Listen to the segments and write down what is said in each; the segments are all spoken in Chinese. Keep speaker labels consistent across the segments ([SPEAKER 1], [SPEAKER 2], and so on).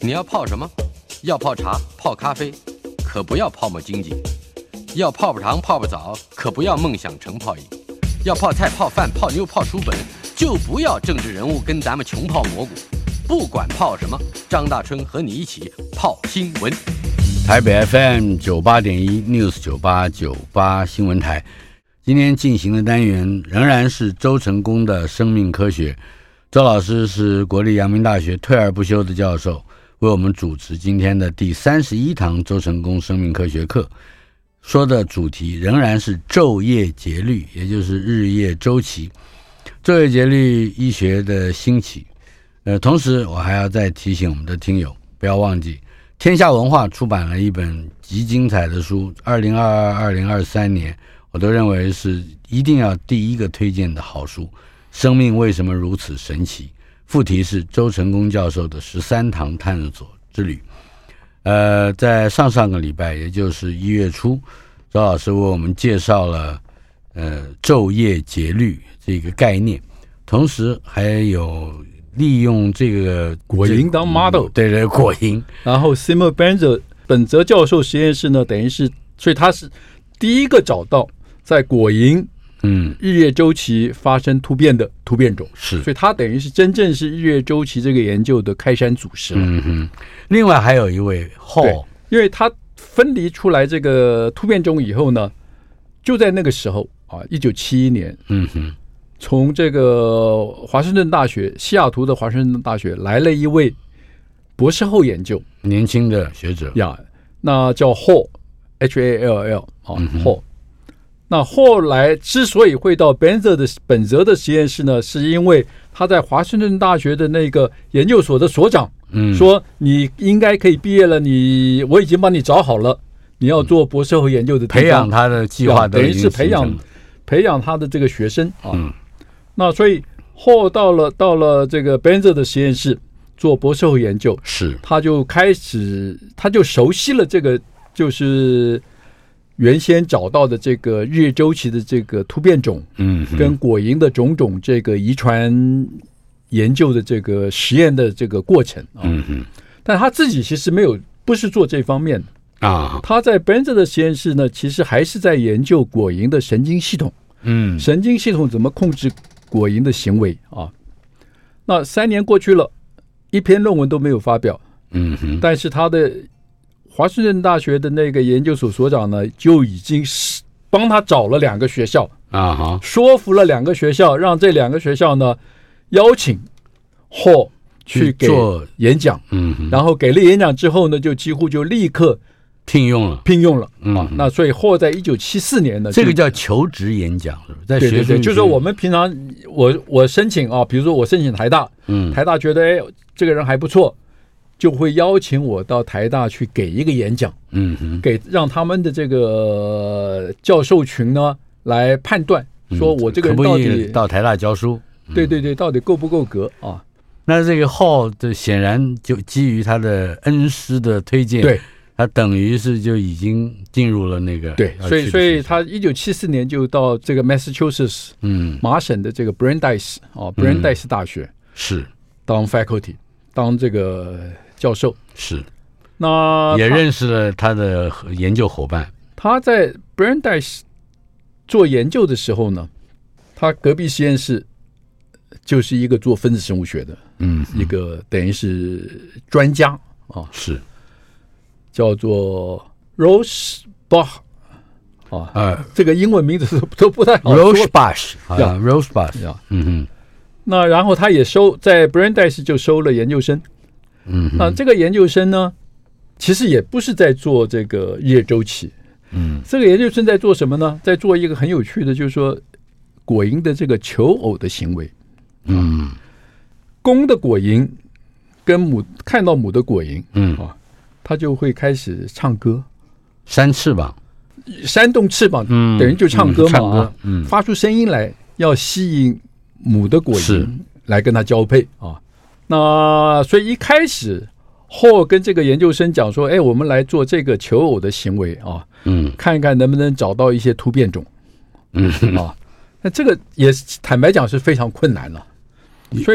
[SPEAKER 1] 你要泡什么？要泡茶、泡咖啡，可不要泡沫经济；要泡泡糖、泡泡澡，可不要梦想成泡影；要泡菜、泡饭、泡妞、泡书本，就不要政治人物跟咱们穷泡蘑菇。不管泡什么，张大春和你一起泡新闻。
[SPEAKER 2] 台北 FM 九八点一 News 九八九八新闻台，今天进行的单元仍然是周成功的生命科学。周老师是国立阳明大学退而不休的教授，为我们主持今天的第三十一堂周成功生命科学课。说的主题仍然是昼夜节律，也就是日夜周期。昼夜节律医学的兴起，呃，同时我还要再提醒我们的听友，不要忘记。天下文化出版了一本极精彩的书，二零二二、二零二三年，我都认为是一定要第一个推荐的好书，《生命为什么如此神奇》，副题是周成功教授的十三堂探索之旅。呃，在上上个礼拜，也就是一月初，周老师为我们介绍了呃昼夜节律这个概念，同时还有利用这个
[SPEAKER 3] 果蝇当 model
[SPEAKER 2] 嗯对对，果蝇。
[SPEAKER 3] 然后 Simon Benzer 本泽教授实验室呢，等于是，所以他是第一个找到在果蝇
[SPEAKER 2] 嗯，
[SPEAKER 3] 日夜周期发生突变的突变种，
[SPEAKER 2] 是
[SPEAKER 3] 所以他等于是真正是日月周期这个研究的开山祖师了。
[SPEAKER 2] 嗯哼，另外还有一位
[SPEAKER 3] 对
[SPEAKER 2] Hall，，
[SPEAKER 3] 因为他分离出来这个突变种以后呢，就在那个时候啊，一九七一年，
[SPEAKER 2] 嗯哼，
[SPEAKER 3] 从这个华盛顿大学西雅图的华盛顿大学来了一位博士后研究，
[SPEAKER 2] 年轻的学者，
[SPEAKER 3] 呀，那叫 Hall H A L L 啊、Hall。那后来之所以会到 Benzer 的本泽的实验室呢，是因为他在华盛顿大学的那个研究所的所长
[SPEAKER 2] 嗯，
[SPEAKER 3] 说：“你应该可以毕业了，你我已经帮你找好了，你要做博士后研究的地方
[SPEAKER 2] 嗯培养他的计划都
[SPEAKER 3] 等于
[SPEAKER 2] 已经
[SPEAKER 3] 是培
[SPEAKER 2] 形
[SPEAKER 3] 养
[SPEAKER 2] 成了
[SPEAKER 3] 培养他的这个学生啊。
[SPEAKER 2] 嗯
[SPEAKER 3] 那所以后到了到了这个 Benzer 的实验室做博士后研究，
[SPEAKER 2] 是
[SPEAKER 3] 他就开始，他就熟悉了这个，就是原先找到的这个日夜周期的这个突变种，
[SPEAKER 2] 嗯哼
[SPEAKER 3] 跟果蝇的种种这个遗传研究的这个实验的这个过程啊。
[SPEAKER 2] 嗯哼
[SPEAKER 3] 但他自己其实没有，不是做这方面的。
[SPEAKER 2] 啊
[SPEAKER 3] 他在 Benzer 的实验室呢，其实还是在研究果蝇的神经系统。
[SPEAKER 2] 嗯
[SPEAKER 3] 神经系统怎么控制果蝇的行为啊？那三年过去了，一篇论文都没有发表。
[SPEAKER 2] 嗯哼
[SPEAKER 3] 但是他的华盛顿大学的那个研究所所长呢，就已经是帮他找了两个学校，
[SPEAKER 2] 啊哈
[SPEAKER 3] 说服了两个学校，让这两个学校呢邀请霍去
[SPEAKER 2] 去
[SPEAKER 3] 给
[SPEAKER 2] 做
[SPEAKER 3] 演讲，
[SPEAKER 2] 嗯哼，
[SPEAKER 3] 然后给了演讲之后呢，就几乎就立刻
[SPEAKER 2] 聘用了，
[SPEAKER 3] 聘用了。
[SPEAKER 2] 嗯
[SPEAKER 3] 啊，那所以霍在一九七四年呢，
[SPEAKER 2] 这个
[SPEAKER 3] 就
[SPEAKER 2] 叫求职演讲，是不是？在
[SPEAKER 3] 对
[SPEAKER 2] 学
[SPEAKER 3] 对
[SPEAKER 2] 术
[SPEAKER 3] 对，
[SPEAKER 2] 界
[SPEAKER 3] 就是我们平常我我申请啊，比如说我申请台大，
[SPEAKER 2] 嗯
[SPEAKER 3] 台大觉得哎这个人还不错，就会邀请我到台大去给一个演讲。
[SPEAKER 2] 嗯哼
[SPEAKER 3] 给让他们的这个教授群呢来判断，
[SPEAKER 2] 嗯
[SPEAKER 3] 说我这个
[SPEAKER 2] 可
[SPEAKER 3] 人
[SPEAKER 2] 不
[SPEAKER 3] 到
[SPEAKER 2] 可以
[SPEAKER 3] 底、
[SPEAKER 2] 到台大教书。
[SPEAKER 3] 对对对，
[SPEAKER 2] 嗯
[SPEAKER 3] 到底够不够格啊？
[SPEAKER 2] 那这个 Hall 的显然就基于他的恩师的推荐，
[SPEAKER 3] 对，
[SPEAKER 2] 他等于是就已经进入了那个
[SPEAKER 3] 对，
[SPEAKER 2] 要
[SPEAKER 3] 所以
[SPEAKER 2] 去的
[SPEAKER 3] 所
[SPEAKER 2] 学
[SPEAKER 3] 以
[SPEAKER 2] 校
[SPEAKER 3] 他一九七四年就到这个 Massachusetts
[SPEAKER 2] 嗯
[SPEAKER 3] 麻省的这个 Brandeis 啊 Brandeis 大学
[SPEAKER 2] 是
[SPEAKER 3] 当 faculty 当这个教授。
[SPEAKER 2] 是
[SPEAKER 3] 那
[SPEAKER 2] 也
[SPEAKER 3] 啊他
[SPEAKER 2] 认识了他的研究伙伴，
[SPEAKER 3] 他在 Brandeis 做研究的时候呢，他隔壁实验室就是一个做分子生物学的
[SPEAKER 2] 嗯
[SPEAKER 3] 一个等于是专家啊，
[SPEAKER 2] 是
[SPEAKER 3] 叫做 Rose Bach 啊，
[SPEAKER 2] 呃
[SPEAKER 3] 这个英文名字 都都不太好说
[SPEAKER 2] Rose Bush 好
[SPEAKER 3] 啊
[SPEAKER 2] 像 Rose Bush，
[SPEAKER 3] 呀。
[SPEAKER 2] 嗯
[SPEAKER 3] 那然后他也收在 Brandeis 就收了研究生，
[SPEAKER 2] 哼嗯哼
[SPEAKER 3] 那这个研究生呢，其实也不是在做这个日夜周期，
[SPEAKER 2] 嗯，
[SPEAKER 3] 这个研究生在做什么呢？在做一个很有趣的，就是说果蝇的这个求偶的行为。
[SPEAKER 2] 嗯
[SPEAKER 3] 公的果蝇跟母看到母的果蝇，
[SPEAKER 2] 嗯，
[SPEAKER 3] 啊，它就会开始唱歌，
[SPEAKER 2] 扇翅膀，
[SPEAKER 3] 扇动翅膀，
[SPEAKER 2] 嗯
[SPEAKER 3] 等于就唱歌
[SPEAKER 2] 嗯
[SPEAKER 3] 嘛、
[SPEAKER 2] 唱
[SPEAKER 3] 啊
[SPEAKER 2] 歌，，嗯
[SPEAKER 3] 发出声音来，要吸引母的果
[SPEAKER 2] 是
[SPEAKER 3] 蝇来跟它交配啊。那所以一开始，霍跟这个研究生讲说：“哎，我们来做这个求偶的行为啊，
[SPEAKER 2] 嗯
[SPEAKER 3] 看一看能不能找到一些突变种
[SPEAKER 2] 嗯
[SPEAKER 3] 啊。”那这个也是坦白讲是非常困难了、所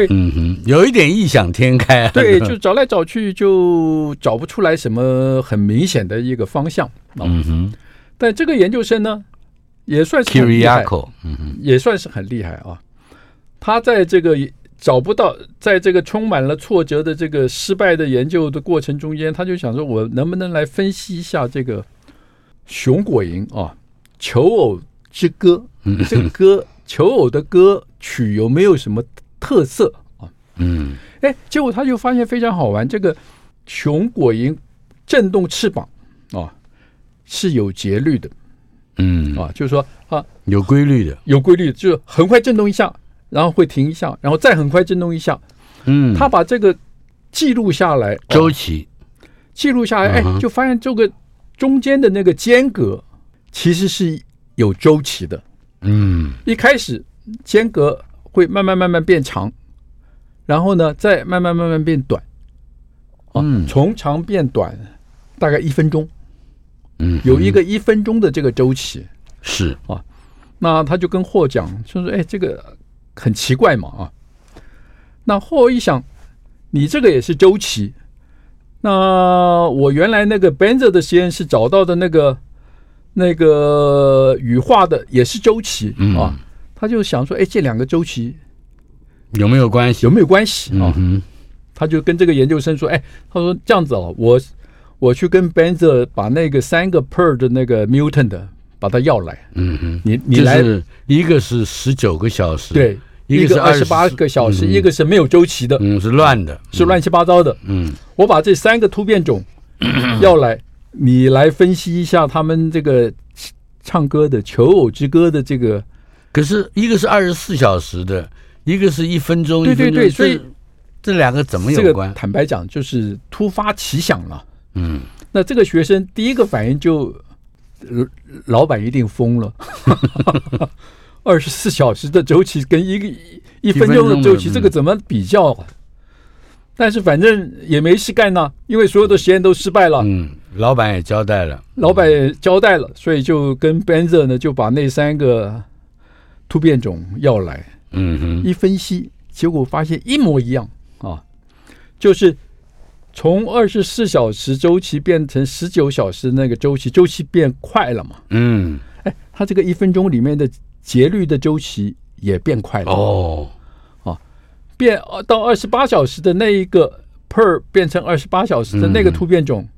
[SPEAKER 3] 以
[SPEAKER 2] 嗯哼，有一点异想天开啊，
[SPEAKER 3] 对，就找来找去就找不出来什么很明显的一个方向啊。
[SPEAKER 2] 嗯哼
[SPEAKER 3] 但这个研究生呢，也算是很厉害。
[SPEAKER 2] ，Kiriako，嗯哼，
[SPEAKER 3] 也算是很厉害啊。他在这个找不到，在这个充满了挫折的这个失败的研究的过程中间，他就想说，我能不能来分析一下这个熊果蝇啊，求偶之歌，这个歌求偶的歌曲有没有什么特色啊？
[SPEAKER 2] 嗯
[SPEAKER 3] 哎，结果他就发现非常好玩，这个熊果蝇振动翅膀啊是有节律的
[SPEAKER 2] 嗯，
[SPEAKER 3] 啊，就是说啊，
[SPEAKER 2] 有规律的，
[SPEAKER 3] 有规律，就是很快震动一下，然后会停一下，然后再很快震动一下。
[SPEAKER 2] 嗯，
[SPEAKER 3] 他把这个记录下来，
[SPEAKER 2] 周
[SPEAKER 3] 哦
[SPEAKER 2] 期，
[SPEAKER 3] 记录下来，
[SPEAKER 2] 嗯哼
[SPEAKER 3] 哎，就发现这个中间的那个间隔其实是有周期的。
[SPEAKER 2] 嗯
[SPEAKER 3] 一开始间隔会慢慢慢慢变长，然后呢再慢慢慢慢变短，啊，
[SPEAKER 2] 嗯
[SPEAKER 3] 从长变短，大概一分钟，
[SPEAKER 2] 嗯，
[SPEAKER 3] 有一个一分钟的这个周期。
[SPEAKER 2] 是，
[SPEAKER 3] 那他就跟霍讲，就说：“哎，这个很奇怪嘛啊。”那霍一想，你这个也是周期，那我原来那个 Benzer 的实验室找到的那个那个羽化的也是周期、
[SPEAKER 2] 嗯
[SPEAKER 3] 啊，他就想说：“哎，这两个周期
[SPEAKER 2] 有没有关系？
[SPEAKER 3] 有没有关系啊
[SPEAKER 2] 嗯？”哼，
[SPEAKER 3] 他就跟这个研究生说：“哎，他说这样子哦，我我去跟 Benzer 把那个三个 per 的那个 mutant 的把它要来，
[SPEAKER 2] 嗯哼，
[SPEAKER 3] 你你
[SPEAKER 2] 就
[SPEAKER 3] 来。
[SPEAKER 2] 是一个是十九个小时，
[SPEAKER 3] 对，
[SPEAKER 2] 一
[SPEAKER 3] 一
[SPEAKER 2] 个是
[SPEAKER 3] 个二十八个小时，
[SPEAKER 2] 嗯
[SPEAKER 3] 一个是没有周期的，
[SPEAKER 2] 嗯，是乱的，
[SPEAKER 3] 是乱七八糟的。
[SPEAKER 2] 嗯，
[SPEAKER 3] 我把这三个突 变种要来，你来分析一下他们这个唱歌的《求偶之歌》的这个，
[SPEAKER 2] 可是一个是二十四小时的，一个是一分钟，
[SPEAKER 3] 对对
[SPEAKER 2] 一分钟
[SPEAKER 3] 对所以
[SPEAKER 2] 这这两个怎么
[SPEAKER 3] 这
[SPEAKER 2] 有关
[SPEAKER 3] 个？坦白讲就是突发奇想了。
[SPEAKER 2] 嗯，
[SPEAKER 3] 那这个学生第一个反应就，呃老板一定疯了。 二十四 小时的周期跟一个一分钟的周期，
[SPEAKER 2] 一分钟的嗯嗯
[SPEAKER 3] 这个怎么比较啊？但是反正也没事干呐，因为所有的实验都失败了，
[SPEAKER 2] 嗯，老板也交代了，
[SPEAKER 3] 老板也交代了，所以就跟 Benzer 呢就把那三个突变种要来
[SPEAKER 2] 嗯哼，
[SPEAKER 3] 一分析，结果发现一模一样啊，就是从二十四小时周期变成十九小时那个周期，周期变快了嘛？
[SPEAKER 2] 嗯，
[SPEAKER 3] 哎，它这个一分钟里面的节律的周期也变快了，
[SPEAKER 2] 哦，
[SPEAKER 3] 变呃到二十八小时的那一个 per 变成二十八小时的那个
[SPEAKER 2] 嗯
[SPEAKER 3] 突变种，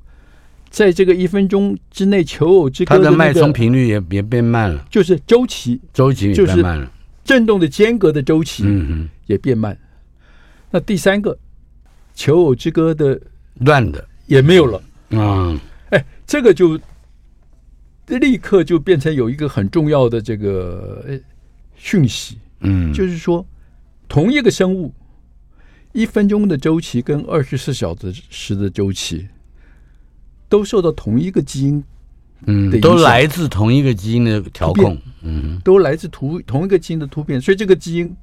[SPEAKER 3] 在这个一分钟之内求偶之
[SPEAKER 2] 它
[SPEAKER 3] 歌的、那
[SPEAKER 2] 的
[SPEAKER 3] 个、
[SPEAKER 2] 脉冲频率也也变慢了，
[SPEAKER 3] 就是周期
[SPEAKER 2] 周期也变慢了，
[SPEAKER 3] 振动的间隔的周期
[SPEAKER 2] 嗯
[SPEAKER 3] 也变慢。那第三个求偶之歌的
[SPEAKER 2] 哼，乱的，
[SPEAKER 3] 也没有了，
[SPEAKER 2] 嗯，
[SPEAKER 3] 哎，这个就立刻就变成有一个很重要的这个呃讯息，
[SPEAKER 2] 嗯，
[SPEAKER 3] 就是说，同一个生物，一分钟的周期跟二十四小时的周期，都受到同一个基因，
[SPEAKER 2] 嗯
[SPEAKER 3] 的影响
[SPEAKER 2] 都来自同一个基因的调控，嗯
[SPEAKER 3] 都来自突同一个基因的突变，所以这个基因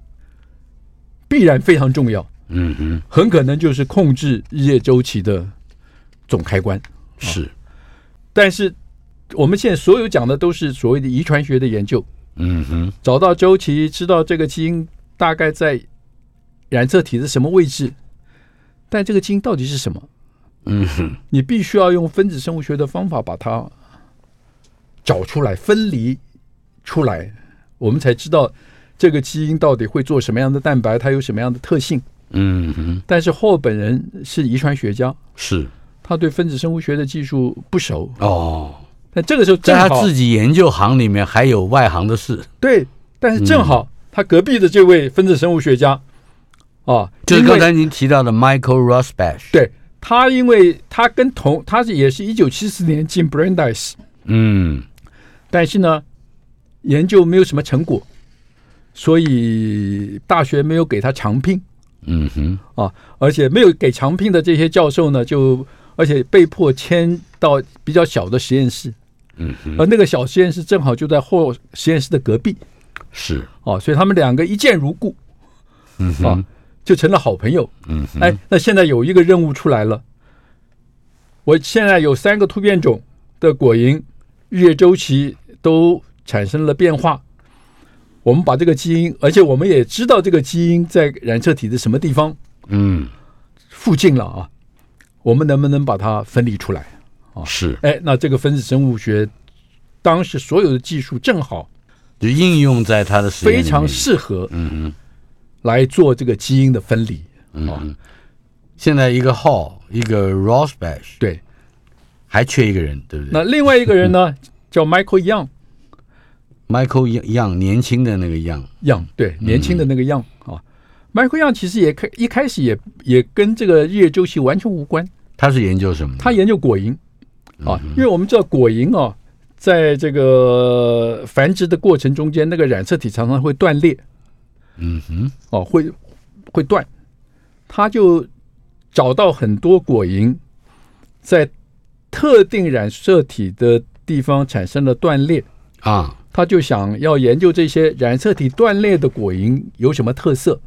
[SPEAKER 3] 必然非常重要，
[SPEAKER 2] 哼，嗯哼，
[SPEAKER 3] 很可能就是控制日夜周期的总开关。
[SPEAKER 2] 是，
[SPEAKER 3] 但是我们现在所有讲的都是所谓的遗传学的研究，
[SPEAKER 2] 嗯哼，
[SPEAKER 3] 找到周期，知道这个基因大概在染色体的什么位置，但这个基因到底是什么？
[SPEAKER 2] 嗯哼，
[SPEAKER 3] 你必须要用分子生物学的方法把它找出来、分离出来，我们才知道这个基因到底会做什么样的蛋白，它有什么样的特性。
[SPEAKER 2] 嗯哼，
[SPEAKER 3] 但是霍本人是遗传学家，
[SPEAKER 2] 是，
[SPEAKER 3] 他对分子生物学的技术不熟，
[SPEAKER 2] 哦。
[SPEAKER 3] 但这个时候
[SPEAKER 2] 在
[SPEAKER 3] 正
[SPEAKER 2] 他
[SPEAKER 3] 好
[SPEAKER 2] 自己研究行里面还有外行的事，
[SPEAKER 3] 对，但是正
[SPEAKER 2] 嗯
[SPEAKER 3] 好他隔壁的这位分子生物学家啊，
[SPEAKER 2] 就是
[SPEAKER 3] 因为
[SPEAKER 2] 刚才您提到的 Michael Rosbach。
[SPEAKER 3] 对他，因为他跟同他是也是一九七四年进 Brandeis，
[SPEAKER 2] 嗯
[SPEAKER 3] 但是呢，研究没有什么成果，所以大学没有给他长聘
[SPEAKER 2] 嗯哼，
[SPEAKER 3] 啊，而且没有给强聘的这些教授呢，就而且被迫迁到比较小的实验室，
[SPEAKER 2] 嗯哼，
[SPEAKER 3] 而那个小实验室正好就在霍实验室的隔壁
[SPEAKER 2] 是，
[SPEAKER 3] 啊，所以他们两个一见如故
[SPEAKER 2] 嗯
[SPEAKER 3] 啊
[SPEAKER 2] 哼，，
[SPEAKER 3] 就成了好朋友。
[SPEAKER 2] 嗯哼，
[SPEAKER 3] 哎，那现在有一个任务出来了，我现在有三个突变种的果蝇，日夜周期都产生了变化。我们把这个基因，而且我们也知道这个基因在染色体的什么地方
[SPEAKER 2] 嗯，
[SPEAKER 3] 附近了啊，我们能不能把它分离出来？
[SPEAKER 2] 是，
[SPEAKER 3] 哎，那这个分子生物学当时所有的技术正好
[SPEAKER 2] 就应用在他的实验
[SPEAKER 3] 非
[SPEAKER 2] 里面
[SPEAKER 3] 常适合
[SPEAKER 2] 嗯
[SPEAKER 3] 来做这个基因的分离。哦
[SPEAKER 2] 哼，嗯哼。现在一个 Hall，一个 Rosbach，
[SPEAKER 3] 对，
[SPEAKER 2] 还缺一个人，对不对？
[SPEAKER 3] 那另外一个 人呢，叫 Michael Young。
[SPEAKER 2] Michael Young 年轻的那个 Young，
[SPEAKER 3] 样，对，
[SPEAKER 2] 嗯
[SPEAKER 3] 年轻的那个样、啊。Michael Young 其实也开一开始也也跟这个日夜周期完全无关，
[SPEAKER 2] 他是研究什么的？
[SPEAKER 3] 他研究果蝇啊，
[SPEAKER 2] 嗯
[SPEAKER 3] 因为我们知道果蝇啊，在这个繁殖的过程中间，那个染色体常常会断裂
[SPEAKER 2] 嗯哼，
[SPEAKER 3] 哦、会会断，他就找到很多果蝇在特定染色体的地方产生了断裂，
[SPEAKER 2] 啊，
[SPEAKER 3] 他就想要研究这些染色体断裂的果蝇有什么特色，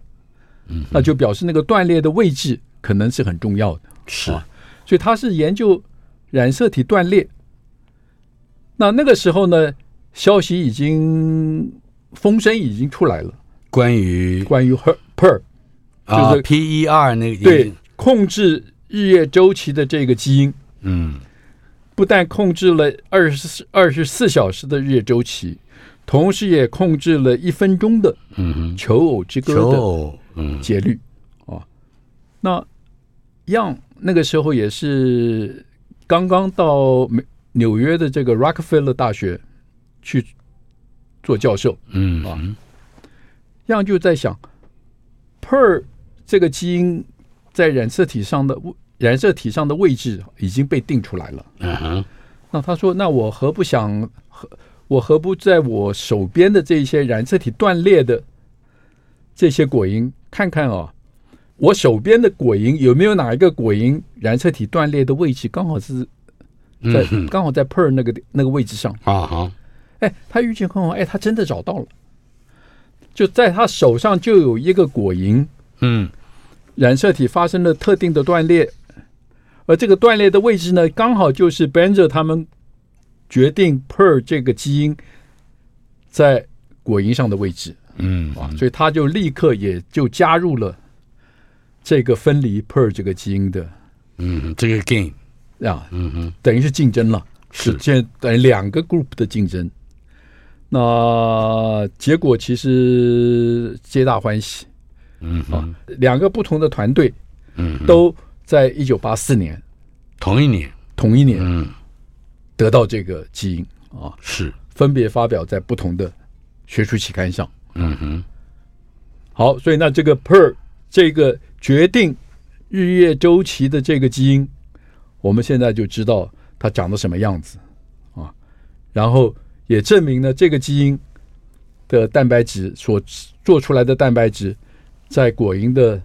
[SPEAKER 3] 嗯，那就表示那个断裂的位置可能是很重要的，
[SPEAKER 2] 是
[SPEAKER 3] 啊所以他是研究染色体断裂。那那个时候呢，消息已经风声已经出来了，
[SPEAKER 2] 关于
[SPEAKER 3] 关于 her per
[SPEAKER 2] 啊
[SPEAKER 3] 就是
[SPEAKER 2] P E R 那个
[SPEAKER 3] 对，控制日夜周期的这个基因，
[SPEAKER 2] 嗯
[SPEAKER 3] 不但控制了二十四二十四小时的日夜周期，同时也控制了一分钟的
[SPEAKER 2] 嗯哼，
[SPEAKER 3] 求偶之歌
[SPEAKER 2] 求
[SPEAKER 3] 的
[SPEAKER 2] 偶，嗯
[SPEAKER 3] 节律啊。那样那个时候也是刚刚到美纽约的这个 Rockefeller 大学去做教授，
[SPEAKER 2] 嗯
[SPEAKER 3] 啊
[SPEAKER 2] 哼
[SPEAKER 3] 样就在想，per 这个基因在染色体上的染色体上的位置已经被定出来了。
[SPEAKER 2] 嗯哼，
[SPEAKER 3] 那他说，那我何不想何我何不在我手边的这些染色体断裂的这些果蝇看看啊，我手边的果蝇有没有哪一个果蝇染色体断裂的位置刚好是在、
[SPEAKER 2] 嗯哼
[SPEAKER 3] 刚好在 per 那个地那个位置上？
[SPEAKER 2] 啊哈，
[SPEAKER 3] 哎，他运气很好，哎，他真的找到了，就在他手上就有一个果蝇
[SPEAKER 2] 嗯
[SPEAKER 3] 染色体发生了特定的断裂，而这个断裂的位置呢，刚好就是 Benzer 他们决定 per 这个基因在果蝇上的位置
[SPEAKER 2] 嗯
[SPEAKER 3] 啊，所以他就立刻也就加入了这个分离 per 这个基因的
[SPEAKER 2] 嗯，这个 game，
[SPEAKER 3] 啊，
[SPEAKER 2] 嗯哼，
[SPEAKER 3] 等于是竞争了，
[SPEAKER 2] 是
[SPEAKER 3] 现等于两个 group 的竞争。那结果其实皆大欢喜，
[SPEAKER 2] 嗯哼，
[SPEAKER 3] 两个不同的团队
[SPEAKER 2] 嗯哼，
[SPEAKER 3] 都在一九八四年
[SPEAKER 2] 同一年，
[SPEAKER 3] 同一年
[SPEAKER 2] 嗯
[SPEAKER 3] 得到这个基因，
[SPEAKER 2] 是，
[SPEAKER 3] 分别发表在不同的学术期刊上。
[SPEAKER 2] 嗯哼，
[SPEAKER 3] 好，所以那这个 per 这个决定日夜周期的这个基因，我们现在就知道它长得什么样子啊，然后也证明了这个基因的蛋白质所做出来的蛋白质，在果蝇的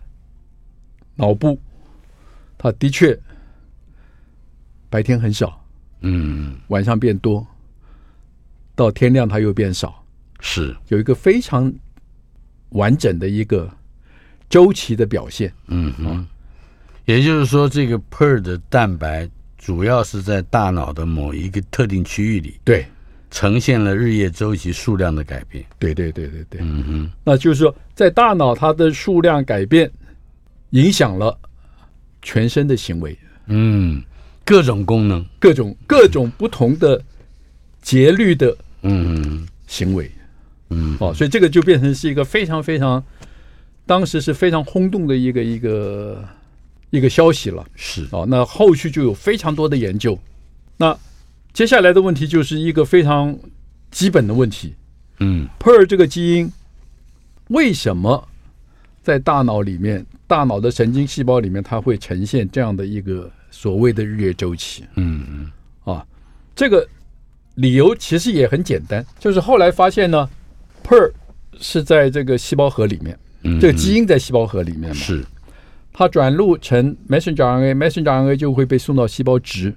[SPEAKER 3] 脑部，它的确白天很少，
[SPEAKER 2] 嗯
[SPEAKER 3] 晚上变多，到天亮它又变少，
[SPEAKER 2] 是，
[SPEAKER 3] 有一个非常完整的一个周期的表现。
[SPEAKER 2] 嗯哼，也就是说，这个 per 的蛋白主要是在大脑的某一个特定区域里，
[SPEAKER 3] 对，
[SPEAKER 2] 呈现了日夜周期数量的改变。
[SPEAKER 3] 对，对，对，对，对。
[SPEAKER 2] 嗯哼。
[SPEAKER 3] 那就是说，在大脑它的数量改变，影响了全身的行为，
[SPEAKER 2] 嗯，各种功能，
[SPEAKER 3] 各种各种不同的节律的
[SPEAKER 2] 嗯
[SPEAKER 3] 行为。
[SPEAKER 2] 嗯，
[SPEAKER 3] 哦，所以这个就变成是一个非常非常，当时是非常轰动的一个一个一个消息了。
[SPEAKER 2] 是，
[SPEAKER 3] 哦，那后续就有非常多的研究。那接下来的问题就是一个非常基本的问题
[SPEAKER 2] 嗯
[SPEAKER 3] ：PER 这个基因为什么在大脑里面、大脑的神经细胞里面，它会呈现这样的一个所谓的日夜周期？
[SPEAKER 2] 嗯
[SPEAKER 3] 啊，这个理由其实也很简单，就是后来发现呢，PER 是在这个细胞核里面，
[SPEAKER 2] 嗯
[SPEAKER 3] 这个基因在细胞核里面嘛，
[SPEAKER 2] 是
[SPEAKER 3] 它转录成 messenger RNA，messenger RNA 就会被送到细胞质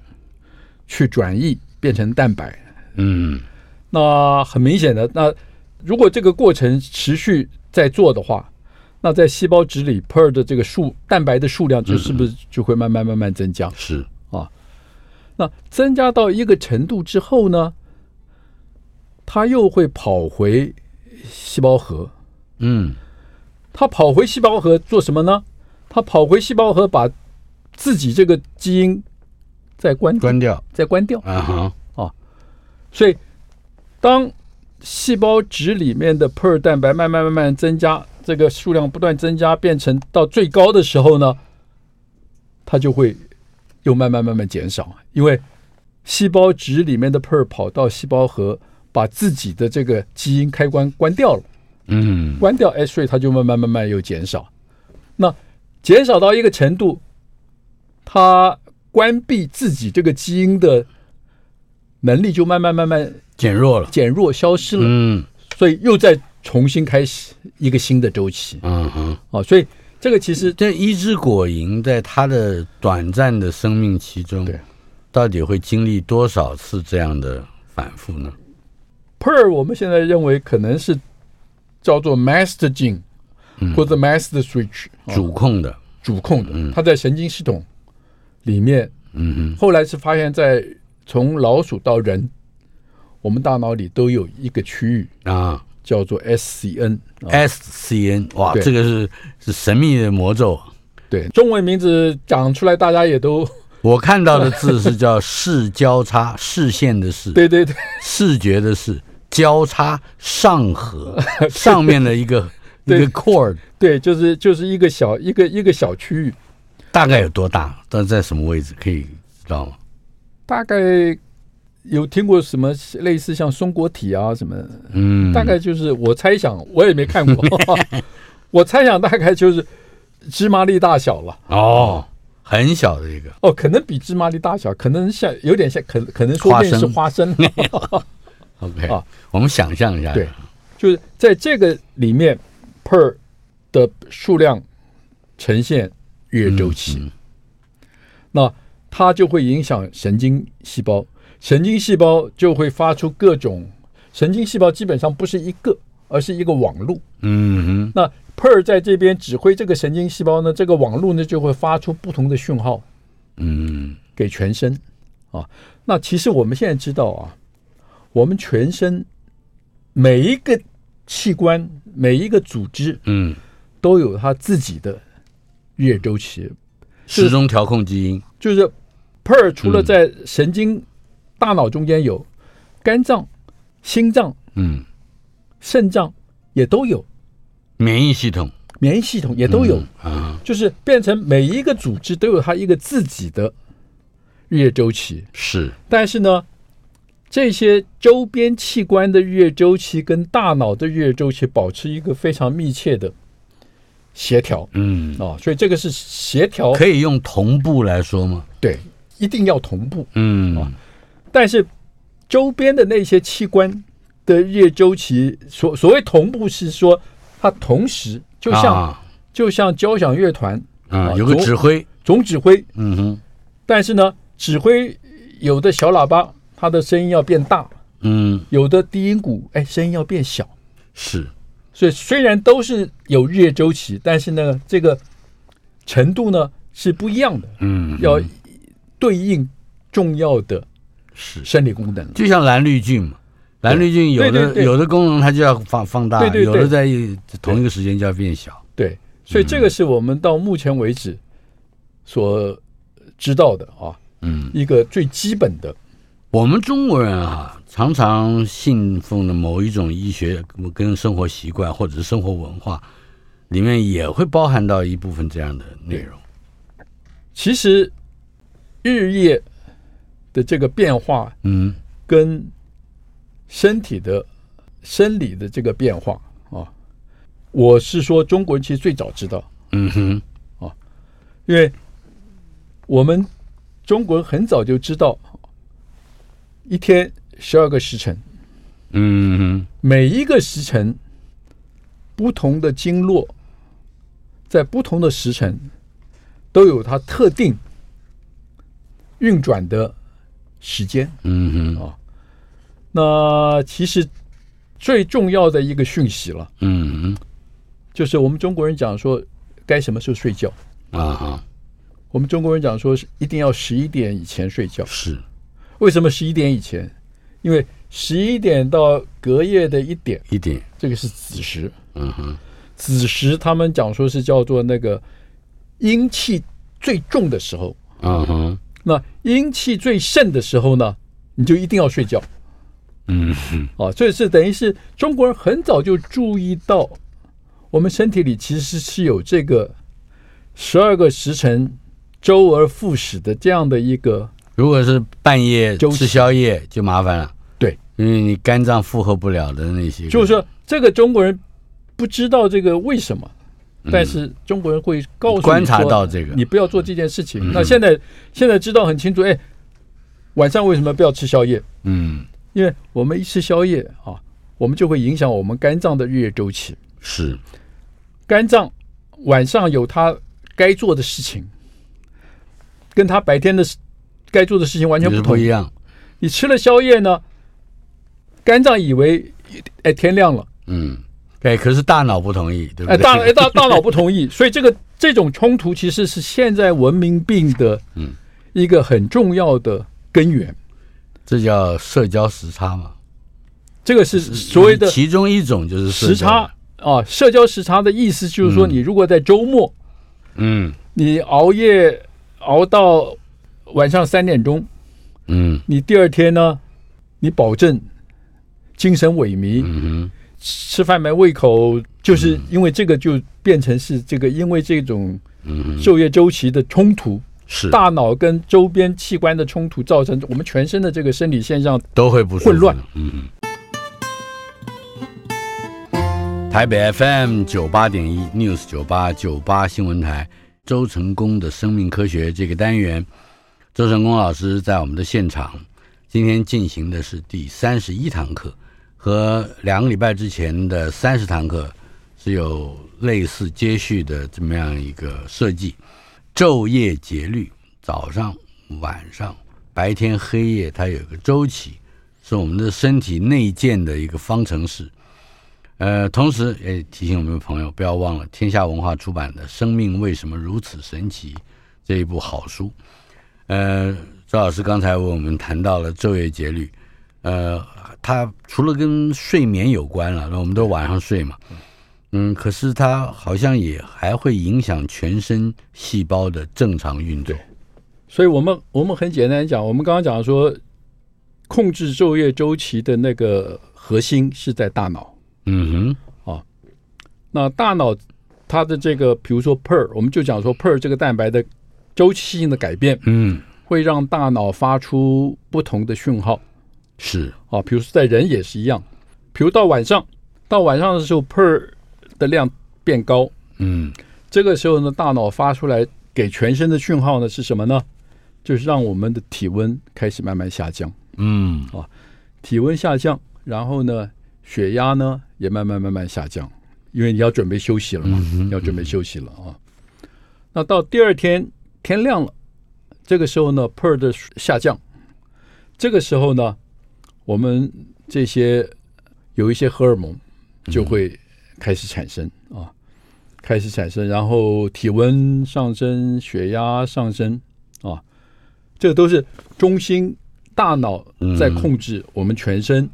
[SPEAKER 3] 去转译变成蛋白。
[SPEAKER 2] 嗯
[SPEAKER 3] 那很明显的，那如果这个过程持续在做的话，那在细胞质里 PER 的这个数蛋白的数量，就是不是就会慢慢慢慢增加？
[SPEAKER 2] 是
[SPEAKER 3] 那增加到一个程度之后呢，它又会跑回细胞核。
[SPEAKER 2] 嗯
[SPEAKER 3] 它跑回细胞核做什么呢？它跑回细胞核，把自己这个基因再关
[SPEAKER 2] 关掉
[SPEAKER 3] 再关掉。
[SPEAKER 2] 啊哈
[SPEAKER 3] 所以，当细胞质里面的 PER 蛋白慢慢慢慢增加，这个数量不断增加，变成到最高的时候呢，它就会又慢慢慢慢减少，因为细胞质里面的 PER 跑到细胞核，把自己的这个基因开关关掉了，
[SPEAKER 2] 嗯
[SPEAKER 3] 关掉，哎，所以它就慢慢慢慢又减少。那减少到一个程度，它关闭自己这个基因的能力就慢慢慢慢
[SPEAKER 2] 减弱了
[SPEAKER 3] 减弱消失了，
[SPEAKER 2] 嗯
[SPEAKER 3] 所以又再重新开始一个新的周期
[SPEAKER 2] 嗯哼。
[SPEAKER 3] 啊。所以这个其实
[SPEAKER 2] 这一只果蝇在它的短暂的生命期中，
[SPEAKER 3] 对，
[SPEAKER 2] 到底会经历多少次这样的反复呢？
[SPEAKER 3] PER 我们现在认为可能是叫做 master gene 或者 master switch 啊
[SPEAKER 2] 主控的，
[SPEAKER 3] 主控的，它在神经系统里面，
[SPEAKER 2] 嗯
[SPEAKER 3] 后来是发现在从老鼠到人，我们大脑里都有一个区域
[SPEAKER 2] 哼啊
[SPEAKER 3] 叫做 SCN 啊。
[SPEAKER 2] ，SCN，哇，
[SPEAKER 3] 对
[SPEAKER 2] 这个是是神秘的魔咒。啊
[SPEAKER 3] 对，中文名字讲出来，大家也 都
[SPEAKER 2] 我看到的字是叫视交 叉，视线的视，
[SPEAKER 3] 对对对
[SPEAKER 2] 视觉的视，交叉上 合上面的一个一
[SPEAKER 3] 对
[SPEAKER 2] 个 cord，
[SPEAKER 3] 对，就是就是一个小一个一个小区域，
[SPEAKER 2] 大概有多大？但在什么位置可以知道吗？
[SPEAKER 3] 大概有听过什么类似像松果体啊什么的，
[SPEAKER 2] 嗯，
[SPEAKER 3] 大概就是我猜想，我也没看 过，我猜想大概就是芝麻粒大小了。
[SPEAKER 2] 哦，很小的一个，
[SPEAKER 3] 哦，可能比芝麻粒大小，可能像有点像，可可能说不定是花生。
[SPEAKER 2] OK，、
[SPEAKER 3] 啊
[SPEAKER 2] 我们想象一下，
[SPEAKER 3] 对，就是在这个里面，per 的数量呈现月周期，那它就会影响神经细胞，神经细胞就会发出各种，神经细胞基本上不是一个，而是一个网路。
[SPEAKER 2] 嗯
[SPEAKER 3] 那 per 在这边指挥这个神经细胞呢，这个网路呢就会发出不同的讯号
[SPEAKER 2] 哼，嗯，
[SPEAKER 3] 给全身啊。那其实我们现在知道啊，我们全身每一个器官、每一个组织
[SPEAKER 2] 嗯，
[SPEAKER 3] 都有它自己的月周期，
[SPEAKER 2] 时钟调控基因，
[SPEAKER 3] 就是 per 除了在神经、大脑中间有，肝脏、心脏、
[SPEAKER 2] 嗯，
[SPEAKER 3] 肾脏也都有，
[SPEAKER 2] 免疫系统
[SPEAKER 3] 免疫系统也都有。
[SPEAKER 2] 啊，
[SPEAKER 3] 就是变成每一个组织都有它一个自己的日夜周期，
[SPEAKER 2] 是，
[SPEAKER 3] 但是呢，这些周边器官的日夜周期跟大脑的日夜周期保持一个非常密切的协调
[SPEAKER 2] 嗯，
[SPEAKER 3] 啊，所以这个是协调，
[SPEAKER 2] 可以用同步来说吗？
[SPEAKER 3] 对，一定要同步。哦
[SPEAKER 2] 嗯，
[SPEAKER 3] 但是周边的那些器官的日夜周期，所所谓同步是说它同时，就像、
[SPEAKER 2] 啊，
[SPEAKER 3] 就像交响乐团
[SPEAKER 2] 啊
[SPEAKER 3] 啊
[SPEAKER 2] 有个
[SPEAKER 3] 总
[SPEAKER 2] 指挥，
[SPEAKER 3] 总指挥
[SPEAKER 2] 嗯哼，
[SPEAKER 3] 但是呢，指挥有的小喇叭，它的声音要变大；
[SPEAKER 2] 嗯，
[SPEAKER 3] 有的低音鼓，哎，声音要变小。
[SPEAKER 2] 是，
[SPEAKER 3] 所以虽然都是有日夜周期，但是呢，这个程度呢是不一样的，
[SPEAKER 2] 嗯，
[SPEAKER 3] 要对应重要的
[SPEAKER 2] 是，嗯
[SPEAKER 3] 生理功能。
[SPEAKER 2] 就像蓝绿菌嘛。蓝绿菌有
[SPEAKER 3] 对对
[SPEAKER 2] 的
[SPEAKER 3] 对
[SPEAKER 2] 有的功能它就要放放大
[SPEAKER 3] 对，对
[SPEAKER 2] 有的
[SPEAKER 3] 对
[SPEAKER 2] 在同一个时间就要变小。
[SPEAKER 3] 对，所以这个是我们到目前为止所知道的啊，
[SPEAKER 2] 嗯，
[SPEAKER 3] 一个最基本的。
[SPEAKER 2] 我们中国人啊，常常信奉的某一种医学跟生活习惯或者是生活文化，里面也会包含到一部分这样的内容。
[SPEAKER 3] 其实日夜的这个变化
[SPEAKER 2] 嗯
[SPEAKER 3] 跟身体的生理的这个变化啊，我是说中国人其实最早知道，
[SPEAKER 2] 嗯哼，
[SPEAKER 3] 因为我们中国人很早就知道，一天十二个时辰，
[SPEAKER 2] 嗯哼，
[SPEAKER 3] 每一个时辰不同的经络在不同的时辰都有它特定运转的时间。
[SPEAKER 2] 嗯哼，
[SPEAKER 3] 那其实最重要的一个讯息了，
[SPEAKER 2] 嗯
[SPEAKER 3] 就是我们中国人讲说该什么时候睡觉。
[SPEAKER 2] 哼，啊哈，
[SPEAKER 3] 我们中国人讲说是一定要十一点以前睡觉。
[SPEAKER 2] 是，
[SPEAKER 3] 为什么十一点以前？因为十一点到隔夜的一点，
[SPEAKER 2] 一点，
[SPEAKER 3] 这个是子时。
[SPEAKER 2] 嗯哼，
[SPEAKER 3] 子时他们讲说是叫做那个阴气最重的时候。
[SPEAKER 2] 啊哈，
[SPEAKER 3] 那阴气最盛的时候呢，你就一定要睡觉
[SPEAKER 2] 嗯哼，
[SPEAKER 3] 啊。这是等于是中国人很早就注意到，我们身体里其实是有这个十二个时辰周而复始的这样的一个
[SPEAKER 2] 如果是半夜
[SPEAKER 3] 周
[SPEAKER 2] 吃
[SPEAKER 3] 期
[SPEAKER 2] 宵夜就麻烦了，
[SPEAKER 3] 对，
[SPEAKER 2] 因为你肝脏负荷不了的那些，
[SPEAKER 3] 就是说，这个中国人不知道这个为什么，但是中国人会告诉
[SPEAKER 2] 嗯
[SPEAKER 3] 你
[SPEAKER 2] 观察
[SPEAKER 3] 说
[SPEAKER 2] 到这个嗯
[SPEAKER 3] 你不要做这件事情。那现在现在知道很清楚，哎，晚上为什么不要吃宵夜？
[SPEAKER 2] 嗯，
[SPEAKER 3] 因为我们一吃宵夜啊，我们就会影响我们肝脏的日夜周期。
[SPEAKER 2] 是，
[SPEAKER 3] 肝脏晚上有它该做的事情，跟它白天的事该做的事情完全
[SPEAKER 2] 就是
[SPEAKER 3] 不
[SPEAKER 2] 不
[SPEAKER 3] 同
[SPEAKER 2] 一。样，
[SPEAKER 3] 你吃了宵夜呢，肝脏以为哎天亮了。
[SPEAKER 2] 嗯，哎，可是大脑不同意，对不
[SPEAKER 3] 哎，
[SPEAKER 2] 对？
[SPEAKER 3] 大哎大大脑不同 意，所以这个这种冲突其实是现在文明病的
[SPEAKER 2] 嗯
[SPEAKER 3] 一个很重要的根源。
[SPEAKER 2] 这叫社交时差嘛，
[SPEAKER 3] 这个是所谓的
[SPEAKER 2] 其中一种就是嗯社交
[SPEAKER 3] 时差，啊，社交时差的意思就是说，你如果在周末
[SPEAKER 2] 嗯
[SPEAKER 3] 你熬夜熬到晚上三点钟，
[SPEAKER 2] 嗯
[SPEAKER 3] 你第二天呢，你保证精神萎靡，
[SPEAKER 2] 嗯
[SPEAKER 3] 吃饭没胃口，就是因为这个就变成是这个，因为这种
[SPEAKER 2] 嗯，
[SPEAKER 3] 昼夜周期的冲突。
[SPEAKER 2] 是
[SPEAKER 3] 大脑跟周边器官的冲突造成我们全身的这个生理现象。
[SPEAKER 2] 都会不舒服
[SPEAKER 3] 混乱。
[SPEAKER 2] 嗯嗯。台北 FM 九八点一 News 九八九八新闻台，周成功的生命科学这个单元，周成功老师在我们的现场，今天进行的是第三十一堂课，和两个礼拜之前的三十堂课是有类似接续的这么样一个设计，昼夜节律，早上、晚上、白天、黑夜，它有一个周期，是我们的身体内建的一个方程式。呃，同时也提醒我们的朋友不要忘了天下文化出版的《生命为什么如此神奇》这一部好书。呃，周老师刚才为我们谈到了昼夜节律，呃，它除了跟睡眠有关啊了，那我们都晚上睡嘛，嗯，可是它好像也还会影响全身细胞的正常运作。
[SPEAKER 3] 所以我们我们很简单讲，我们刚刚讲说，控制昼夜周期的那个核心是在大脑。
[SPEAKER 2] 嗯
[SPEAKER 3] 那大脑它的这个，比如说 PER，我们就讲说 PER 这个蛋白的周期性的改变，
[SPEAKER 2] 哼，嗯，
[SPEAKER 3] 会让大脑发出不同的讯号
[SPEAKER 2] 是，
[SPEAKER 3] 啊。比如说在人也是一样，比如到晚上，到晚上的时候 PER 的量变高，
[SPEAKER 2] 嗯
[SPEAKER 3] 这个时候呢，大脑发出来给全身的讯号呢是什么呢？就是让我们的体温开始慢慢下降，啊
[SPEAKER 2] 嗯
[SPEAKER 3] 体温下降，然后呢，血压呢也慢慢慢慢下降，因为你要准备休息了嘛，要准备休息了啊。那到第二天天亮了，这个时候呢，PER 的下降，这个时候呢，我们这些有一些荷尔蒙就会开始产生啊，开始产生，然后体温上升，血压上升啊，这都是中心大脑在控制我们全身，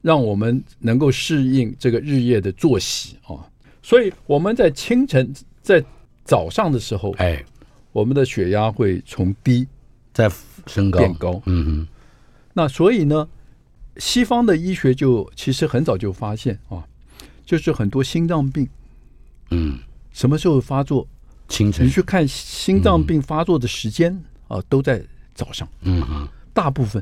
[SPEAKER 3] 让我们能够适应这个日夜的作息啊。所以我们在清晨在早上的时候，
[SPEAKER 2] 哎，
[SPEAKER 3] 我们的血压会从低
[SPEAKER 2] 在升高，
[SPEAKER 3] 变高。
[SPEAKER 2] 嗯
[SPEAKER 3] 那所以呢，西方的医学就其实很早就发现啊，就是很多心脏病
[SPEAKER 2] 哼，嗯，
[SPEAKER 3] 什么时候发作，
[SPEAKER 2] 清
[SPEAKER 3] 你
[SPEAKER 2] 晨，
[SPEAKER 3] 去看心脏病发作的时间啊，都在早上，
[SPEAKER 2] 嗯哼，
[SPEAKER 3] 大部分，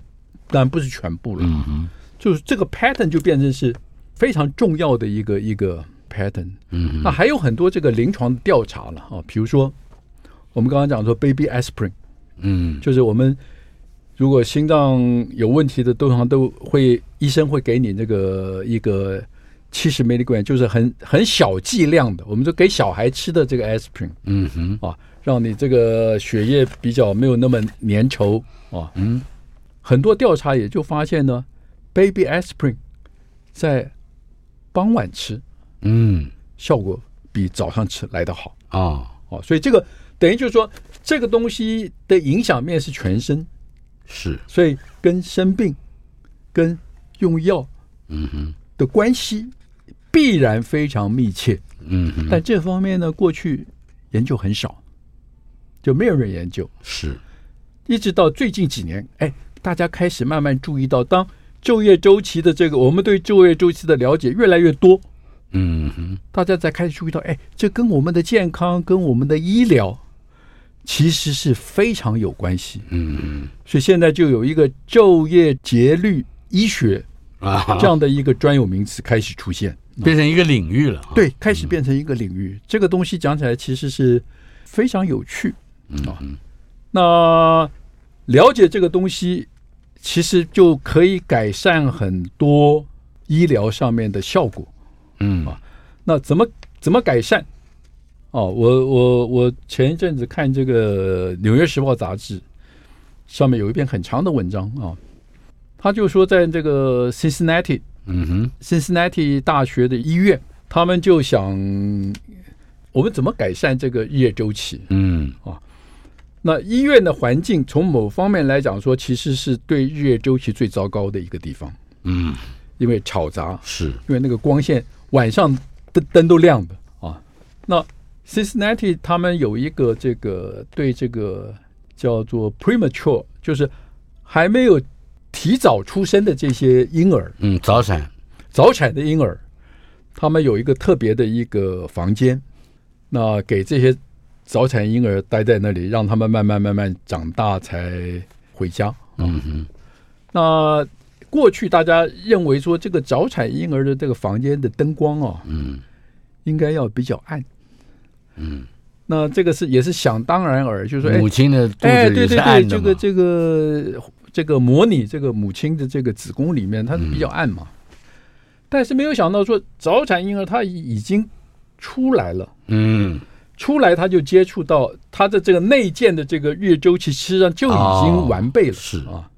[SPEAKER 3] 当然不是全部了，
[SPEAKER 2] 嗯哼，
[SPEAKER 3] 就是这个 pattern 就变成是非常重要的一个一个 pattern。
[SPEAKER 2] 嗯哼，
[SPEAKER 3] 那还有很多这个临床调查了啊，比如说我们刚刚讲说 baby aspirin。
[SPEAKER 2] 嗯
[SPEAKER 3] 就是我们如果心脏有问题的，通常都会医生会给你那个一个七十 milligram 就是很很小剂量的，我们就给小孩吃的这个 aspirin
[SPEAKER 2] 嗯哼，
[SPEAKER 3] 啊，让你这个血液比较没有那么粘稠啊。
[SPEAKER 2] 嗯，
[SPEAKER 3] 很多调查也就发现呢，baby aspirin 在傍晚吃
[SPEAKER 2] 嗯，
[SPEAKER 3] 效果比早上吃来得好。
[SPEAKER 2] 哦，
[SPEAKER 3] 哦，所以这个等于就是说，这个东西的影响面是全身，
[SPEAKER 2] 是，
[SPEAKER 3] 所以跟生病、跟用药
[SPEAKER 2] 嗯哼，
[SPEAKER 3] 的关系必然非常密切。
[SPEAKER 2] 嗯哼，
[SPEAKER 3] 但这方面呢，过去研究很少，就没有人研究，
[SPEAKER 2] 是，
[SPEAKER 3] 一直到最近几年，哎，大家开始慢慢注意到，当就业周期的这个，我们对就业周期的了解越来越多，
[SPEAKER 2] 嗯哼，
[SPEAKER 3] 大家才开始注意到，哎，这跟我们的健康、跟我们的医疗其实是非常有关系。
[SPEAKER 2] 嗯
[SPEAKER 3] 所以现在就有一个就业节律医学
[SPEAKER 2] 哼，啊，
[SPEAKER 3] 这样的一个专有名词开始出现，
[SPEAKER 2] 变成一个领域了。，
[SPEAKER 3] 对，开始变成一个领域。这个东西讲起来其实是非常有趣啊。那了解这个东西，其实就可以改善很多医疗上面的效果。啊
[SPEAKER 2] 嗯
[SPEAKER 3] 那怎么怎么改善？哦，我我我前一阵子看这个《纽约时报》杂志，上面有一篇很长的文章啊、他就说在这个 Cincinnati
[SPEAKER 2] 嗯哼，
[SPEAKER 3] Cincinnati 大学的医院，他们就想我们怎么改善这个日夜周期？
[SPEAKER 2] 嗯
[SPEAKER 3] 那医院的环境从某方面来讲说，其实是对日夜周期最糟糕的一个地方，
[SPEAKER 2] 嗯，
[SPEAKER 3] 因为吵杂，
[SPEAKER 2] 是，
[SPEAKER 3] 因为那个光线晚上灯灯都亮的啊。那 Cincinnati 他们有一个这个对这个叫做 premature，就是还没有提早出生的这些婴儿，
[SPEAKER 2] 嗯，早产，
[SPEAKER 3] 早产的婴儿，他们有一个特别的一个房间，那给这些早产婴儿待在那里，让他们慢慢慢慢长大才回家。
[SPEAKER 2] 嗯哼，
[SPEAKER 3] 那过去大家认为说，这个早产婴儿的这个房间的灯光哦，
[SPEAKER 2] 嗯
[SPEAKER 3] 应该要比较暗。嗯，那这个是也是想当然尔，就是说，哎
[SPEAKER 2] 母亲的肚
[SPEAKER 3] 哎，
[SPEAKER 2] 子
[SPEAKER 3] 对
[SPEAKER 2] 里是
[SPEAKER 3] 对
[SPEAKER 2] 暗的
[SPEAKER 3] 对，这
[SPEAKER 2] 嘛
[SPEAKER 3] 个，这个这个模拟这个母亲的这个子宫里面，它是比
[SPEAKER 2] 嗯
[SPEAKER 3] 较暗嘛。但是没有想到说，早产婴儿他已经出来了，
[SPEAKER 2] 嗯，
[SPEAKER 3] 出来他就接触到他的这个内建的这个月周期，实际上就已经完备了，
[SPEAKER 2] 哦是
[SPEAKER 3] 啊。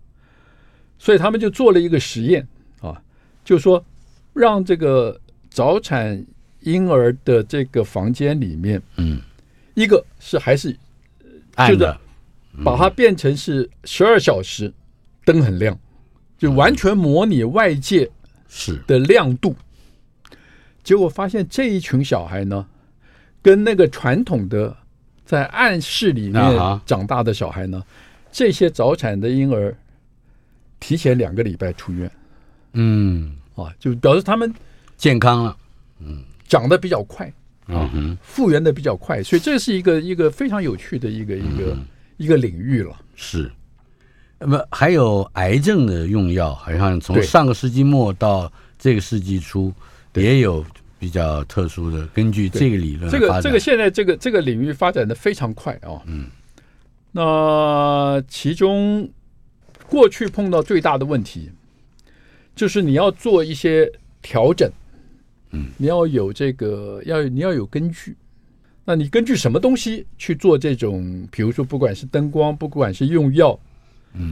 [SPEAKER 3] 所以他们就做了一个实验啊，就说让这个早产婴儿的这个房间里面，
[SPEAKER 2] 嗯，
[SPEAKER 3] 一个是还是
[SPEAKER 2] 暗
[SPEAKER 3] 就
[SPEAKER 2] 的
[SPEAKER 3] 是，
[SPEAKER 2] 嗯
[SPEAKER 3] 把它变成是十二小时，灯很亮，就完全模拟外界
[SPEAKER 2] 是，
[SPEAKER 3] 的亮度。结果发现这一群小孩呢，跟那个传统的在暗室里
[SPEAKER 2] 啊
[SPEAKER 3] 面
[SPEAKER 2] 哈
[SPEAKER 3] 长大的小孩呢，这些早产的婴儿提前两个礼拜出院
[SPEAKER 2] 嗯，
[SPEAKER 3] 啊，就表示他们
[SPEAKER 2] 健康了，
[SPEAKER 3] 长得比较快，啊
[SPEAKER 2] 嗯哼，
[SPEAKER 3] 复原的比较快，所以这是一个一个非常有趣的一个一
[SPEAKER 2] 嗯
[SPEAKER 3] 个一个领域了。
[SPEAKER 2] 是。那么还有癌症的用药，好像从
[SPEAKER 3] 对
[SPEAKER 2] 上个世纪末到这个世纪初，也有比较特殊的，根据这个理论
[SPEAKER 3] 这
[SPEAKER 2] 的
[SPEAKER 3] 个
[SPEAKER 2] 发展
[SPEAKER 3] 这个现在这个这个领域发展的非常快啊。嗯，那其中过去碰到最大的问题，就是你要做一些调整，嗯，你要有这个要你要有根据。那你根据什么东西去做这种，比如说不管是灯光，不管是用药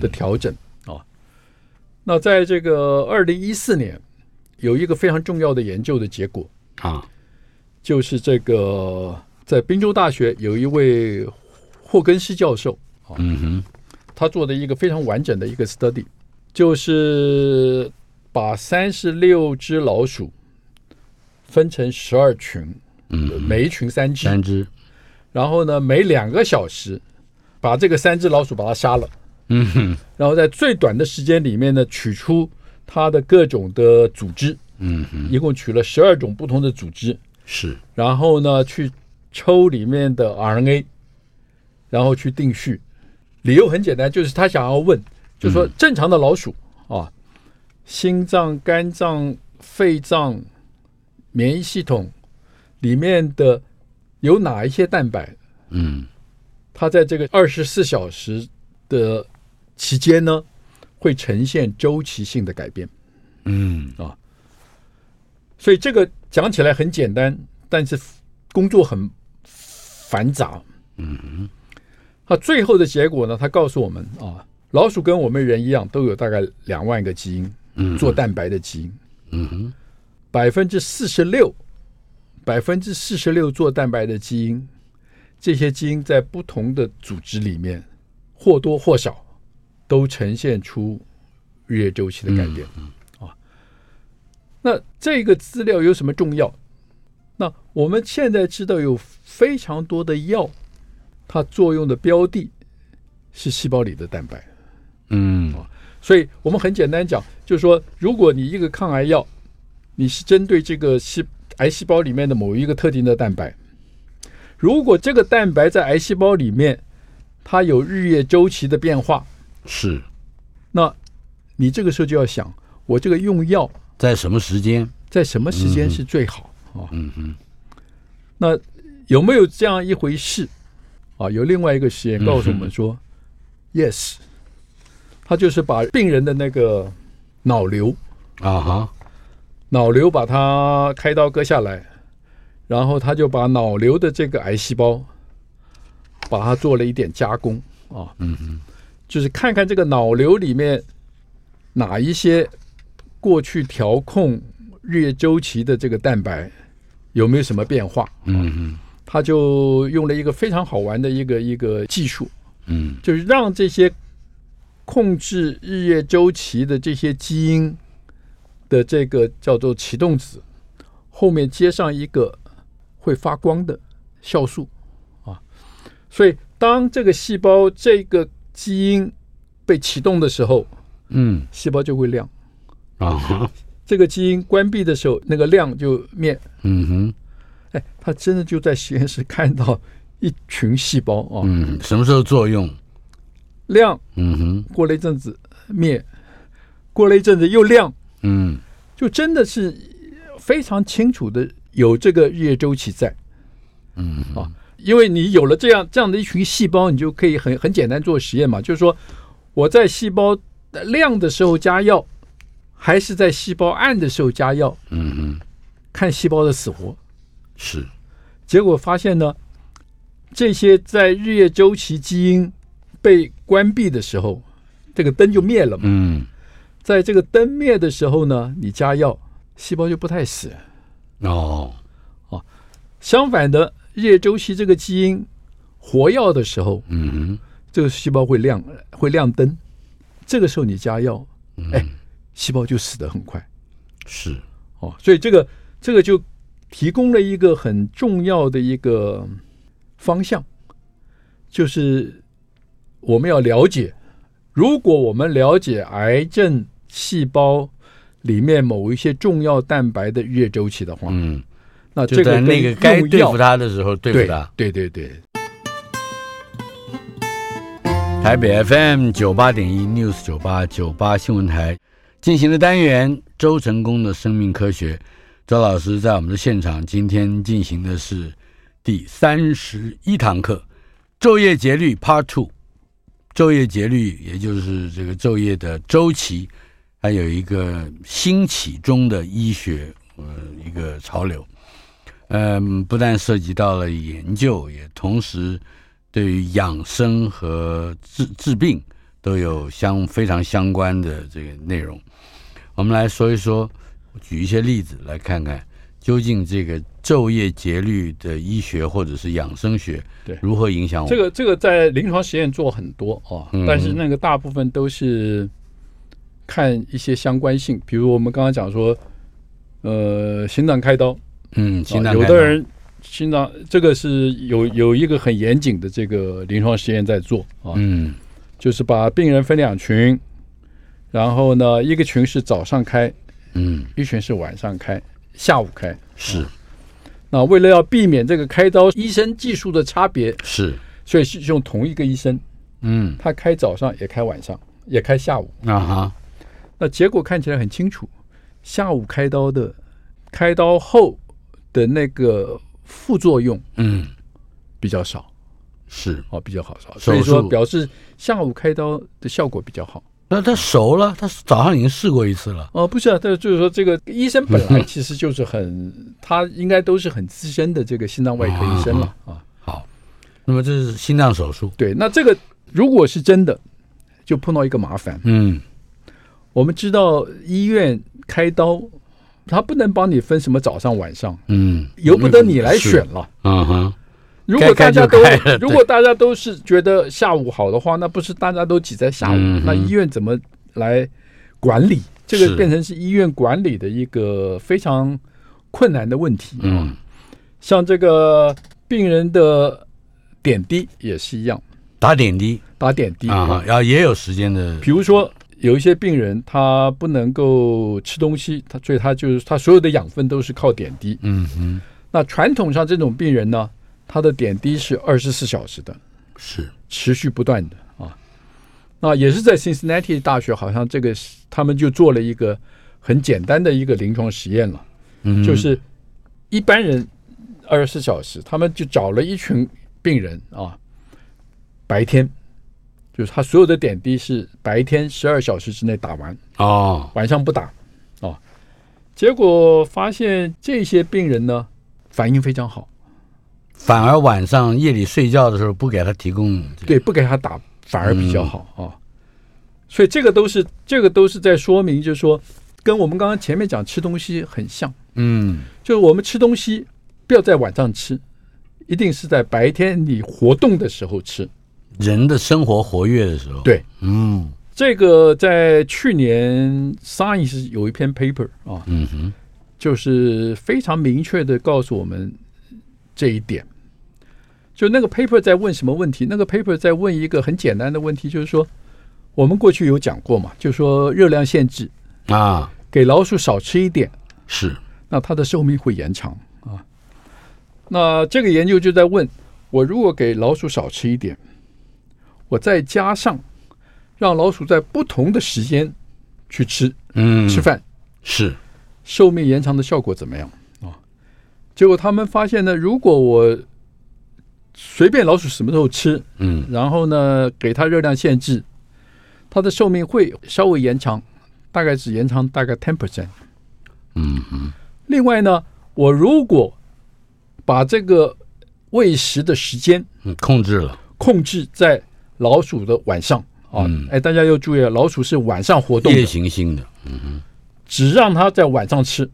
[SPEAKER 3] 的调整啊？那在这个二零一四年，有一个非常重要的研究的结果，
[SPEAKER 2] 啊，
[SPEAKER 3] 就是这个在宾州大学有一位霍根斯教授，啊
[SPEAKER 2] 嗯哼，
[SPEAKER 3] 他做的一个非常完整的一个 study，就是把三十六只老鼠分成十二群，
[SPEAKER 2] 嗯，
[SPEAKER 3] 每一群三只，
[SPEAKER 2] 三只，
[SPEAKER 3] 然后呢每两个小时把这个三只老鼠把它杀了，
[SPEAKER 2] 嗯哼，
[SPEAKER 3] 然后在最短的时间里面呢取出它的各种的组织，
[SPEAKER 2] 嗯哼，
[SPEAKER 3] 一共取了十二种不同的组织，
[SPEAKER 2] 是，
[SPEAKER 3] 然后呢去抽里面的 RNA，然后去定序。理由很简单，就是他想要问，就说正常的老鼠、啊，心脏、肝脏、肺脏、免疫系统里面的有哪一些蛋白，
[SPEAKER 2] 嗯
[SPEAKER 3] 它在这个二十四小时的期间呢，会呈现周期性的改变。
[SPEAKER 2] 嗯
[SPEAKER 3] 所以这个讲起来很简单，但是工作很繁杂。
[SPEAKER 2] 嗯，
[SPEAKER 3] 那最后的结果呢？他告诉我们啊，老鼠跟我们人一样，都有大概两万个基因
[SPEAKER 2] 嗯
[SPEAKER 3] 做蛋白的基因，
[SPEAKER 2] 嗯哼，
[SPEAKER 3] 百分之四十六，百分之四十六做蛋白的基因，这些基因在不同的组织里面或多或少都呈现出日夜周期的改变、啊。那这个资料有什么重要？那我们现在知道有非常多的药，它作用的标的是细胞里的蛋白。
[SPEAKER 2] 嗯
[SPEAKER 3] 哦所以我们很简单讲，就是说，如果你一个抗癌药，你是针对这个细癌细胞里面的某一个特定的蛋白，如果这个蛋白在癌细胞里面它有日夜周期的变化，
[SPEAKER 2] 是
[SPEAKER 3] 那你这个时候就要想，我这个用药
[SPEAKER 2] 在什么时间？
[SPEAKER 3] 在什么时间是最好啊？
[SPEAKER 2] 嗯哼，
[SPEAKER 3] 那有没有这样一回事啊？有另外一个实验告诉我们
[SPEAKER 2] 嗯
[SPEAKER 3] 说、y e s 它就是把病人的那个脑瘤。
[SPEAKER 2] 啊哈，
[SPEAKER 3] 脑瘤把它开刀割下来，然后他就把脑瘤的这个癌细胞，把它做了一点加工啊，嗯就是看看这个脑瘤里面哪一些过去调控日夜周期的这个蛋白有没有什么变化，啊
[SPEAKER 2] 嗯哼，
[SPEAKER 3] 他就用了一个非常好玩的一个一个技术，
[SPEAKER 2] 嗯
[SPEAKER 3] 就是让这些控制日夜周期的这些基因的这个叫做启动子，后面接上一个会发光的酵素啊。所以当这个细胞这个基因被启动的时候，
[SPEAKER 2] 嗯
[SPEAKER 3] 细胞就会亮；
[SPEAKER 2] 啊哈，
[SPEAKER 3] 这个基因关闭的时候，那个亮就灭。
[SPEAKER 2] 嗯哼，
[SPEAKER 3] 哎，他真的就在实验室看到一群细胞啊，
[SPEAKER 2] 嗯，什么时候作用？
[SPEAKER 3] 亮
[SPEAKER 2] 嗯哼，
[SPEAKER 3] 过了一阵子灭，过了一阵子又亮。
[SPEAKER 2] 嗯
[SPEAKER 3] 就真的是非常清楚的有这个日夜周期在，
[SPEAKER 2] 嗯
[SPEAKER 3] 啊，因为你有了这样这样的一群细胞，你就可以很很简单做实验嘛，就是说我在细胞亮的时候加药，还是在细胞暗的时候加药，
[SPEAKER 2] 嗯哼，
[SPEAKER 3] 看细胞的死活。
[SPEAKER 2] 是，
[SPEAKER 3] 结果发现呢，这些在日夜周期基因被关闭的时候，这个灯就灭了嘛，
[SPEAKER 2] 嗯
[SPEAKER 3] 在这个灯灭的时候呢，你加药，细胞就不太死。
[SPEAKER 2] 哦，
[SPEAKER 3] 相反的，日夜周期这个基因活药的时候，
[SPEAKER 2] 嗯
[SPEAKER 3] 这个细胞会亮会亮灯，这个时候你加药，
[SPEAKER 2] 嗯
[SPEAKER 3] 哎，细胞就死得很快
[SPEAKER 2] 哼，是，
[SPEAKER 3] 哦。所以这个这个就提供了一个很重要的一个方向，就是我们要了解，如果我们了解癌症细胞里面某一些重要蛋白的日夜周期的话，
[SPEAKER 2] 嗯，
[SPEAKER 3] 那这
[SPEAKER 2] 就在
[SPEAKER 3] 个
[SPEAKER 2] 那
[SPEAKER 3] 跟
[SPEAKER 2] 个该
[SPEAKER 3] 用
[SPEAKER 2] 对
[SPEAKER 3] 药
[SPEAKER 2] 付他的时候对付他。
[SPEAKER 3] 对对对对，
[SPEAKER 2] 台北 FM 九八点一 News 九八九八新闻台进行的单元周成功的生命科学，周老师在我们的现场，今天进行的是第三十一堂课《昼夜节律 Part Two》。昼夜节律，也就是这个昼夜的周期，还有一个兴起中的医学，呃，一个潮流。嗯，不但涉及到了研究，也同时对于养生和治治病都有相非常相关的这个内容。我们来说一说，举一些例子来看看，究竟这个昼夜节律的医学或者是养生学，
[SPEAKER 3] 对
[SPEAKER 2] 如何影响我们？
[SPEAKER 3] 这个这个在临床实验做很多哦，
[SPEAKER 2] 嗯
[SPEAKER 3] 但是那个大部分都是看一些相关性，比如我们刚刚讲说，呃，心脏开刀，
[SPEAKER 2] 嗯，心
[SPEAKER 3] 啊
[SPEAKER 2] 脏
[SPEAKER 3] 有
[SPEAKER 2] 开
[SPEAKER 3] 的
[SPEAKER 2] 刀
[SPEAKER 3] 人心脏这个是有有一个很严谨的这个临床实验在做啊，
[SPEAKER 2] 嗯
[SPEAKER 3] 就是把病人分两群，然后呢，一个群是早上开，
[SPEAKER 2] 嗯
[SPEAKER 3] 一群是晚上开，下午开。
[SPEAKER 2] 是
[SPEAKER 3] 那为了要避免这个开刀医生技术的差别，
[SPEAKER 2] 是
[SPEAKER 3] 所以是用同一个医生。
[SPEAKER 2] 嗯
[SPEAKER 3] 他开早上也开晚上，也开下午。
[SPEAKER 2] 啊哈
[SPEAKER 3] 那结果看起来很清楚，下午开刀的，开刀后的那个副作用
[SPEAKER 2] 嗯
[SPEAKER 3] 比较少
[SPEAKER 2] 是
[SPEAKER 3] 哦，比较好少。
[SPEAKER 2] 手
[SPEAKER 3] 所以
[SPEAKER 2] 术
[SPEAKER 3] 说表示下午开刀的效果比较好。
[SPEAKER 2] 那他熟了，他早上已经试过一次了。
[SPEAKER 3] 哦，不是啊，但是就是说，这个医生本来其实就是很，他应该都是很资深的这个心脏外科医生了
[SPEAKER 2] 嗯
[SPEAKER 3] 啊。
[SPEAKER 2] 好，那么这是心脏手术。
[SPEAKER 3] 对，那这个如果是真的，就碰到一个麻烦。
[SPEAKER 2] 嗯
[SPEAKER 3] 我们知道医院开刀，他不能帮你分什么早上晚上，
[SPEAKER 2] 嗯
[SPEAKER 3] 由不得你来选了。
[SPEAKER 2] 嗯哼，
[SPEAKER 3] 如果大家都
[SPEAKER 2] 该开就开了
[SPEAKER 3] 如果大家都是觉得下午好的话，那不是大家都挤在下午，
[SPEAKER 2] 嗯哼
[SPEAKER 3] 那医院怎么来管理？这个
[SPEAKER 2] 是
[SPEAKER 3] 变成是医院管理的一个非常困难的问题。
[SPEAKER 2] 嗯，
[SPEAKER 3] 像这个病人的点滴也是一样，
[SPEAKER 2] 打点滴
[SPEAKER 3] 打点滴
[SPEAKER 2] 啊哈，然后也有时间的
[SPEAKER 3] 比如说有一些病人他不能够吃东西，他所以他就是他所有的养分都是靠点滴。
[SPEAKER 2] 嗯哼，
[SPEAKER 3] 那传统上这种病人呢，他的点滴是二十四小时的，
[SPEAKER 2] 是
[SPEAKER 3] 持续不断的啊。那也是在 Cincinnati 大学，好像这个是他们就做了一个很简单的一个临床实验了，
[SPEAKER 2] 嗯
[SPEAKER 3] 就是一般人二十四小时，他们就找了一群病人啊，白天就是他所有的点滴是白天十二小时之内打完，
[SPEAKER 2] 哦，
[SPEAKER 3] 晚上不打啊。结果发现这些病人呢，反应非常好，
[SPEAKER 2] 反而晚上夜里睡觉的时候不给他提供这个
[SPEAKER 3] 对，不给他打反而比较好、啊。所以这个都是这个都是在说明，就是说跟我们刚刚前面讲吃东西很像，
[SPEAKER 2] 嗯
[SPEAKER 3] 就是我们吃东西不要在晚上吃，一定是在白天你活动的时候吃。
[SPEAKER 2] 人的生活活跃的时候，
[SPEAKER 3] 对，
[SPEAKER 2] 嗯
[SPEAKER 3] 这个在去年 Science 有一篇 paper 啊，
[SPEAKER 2] 嗯哼，
[SPEAKER 3] 就是非常明确的告诉我们这一点。就那个 paper 在问什么问题？那个 paper 在问一个很简单的问题，就是说我们过去有讲过嘛，就说热量限制，
[SPEAKER 2] 啊
[SPEAKER 3] 给老鼠少吃一点，
[SPEAKER 2] 是
[SPEAKER 3] 那它的寿命会延长啊。那这个研究就在问我，如果给老鼠少吃一点，我再加上让老鼠在不同的时间去吃
[SPEAKER 2] 嗯
[SPEAKER 3] 吃饭，
[SPEAKER 2] 是
[SPEAKER 3] 寿命延长的效果怎么样啊？结果他们发现呢，如果我随便老鼠什么时候吃，
[SPEAKER 2] 嗯
[SPEAKER 3] 然后呢给它热量限制，它的寿命会稍微延长，大概只延长大概 ten percent。
[SPEAKER 2] 嗯嗯
[SPEAKER 3] 另外呢，我如果把这个喂食的时间
[SPEAKER 2] 嗯控制了，
[SPEAKER 3] 控制在老鼠的晚上啊，
[SPEAKER 2] 嗯
[SPEAKER 3] 哎，大家要注意，老鼠是晚上活动的
[SPEAKER 2] 夜，行性的
[SPEAKER 3] 只让它在晚上吃，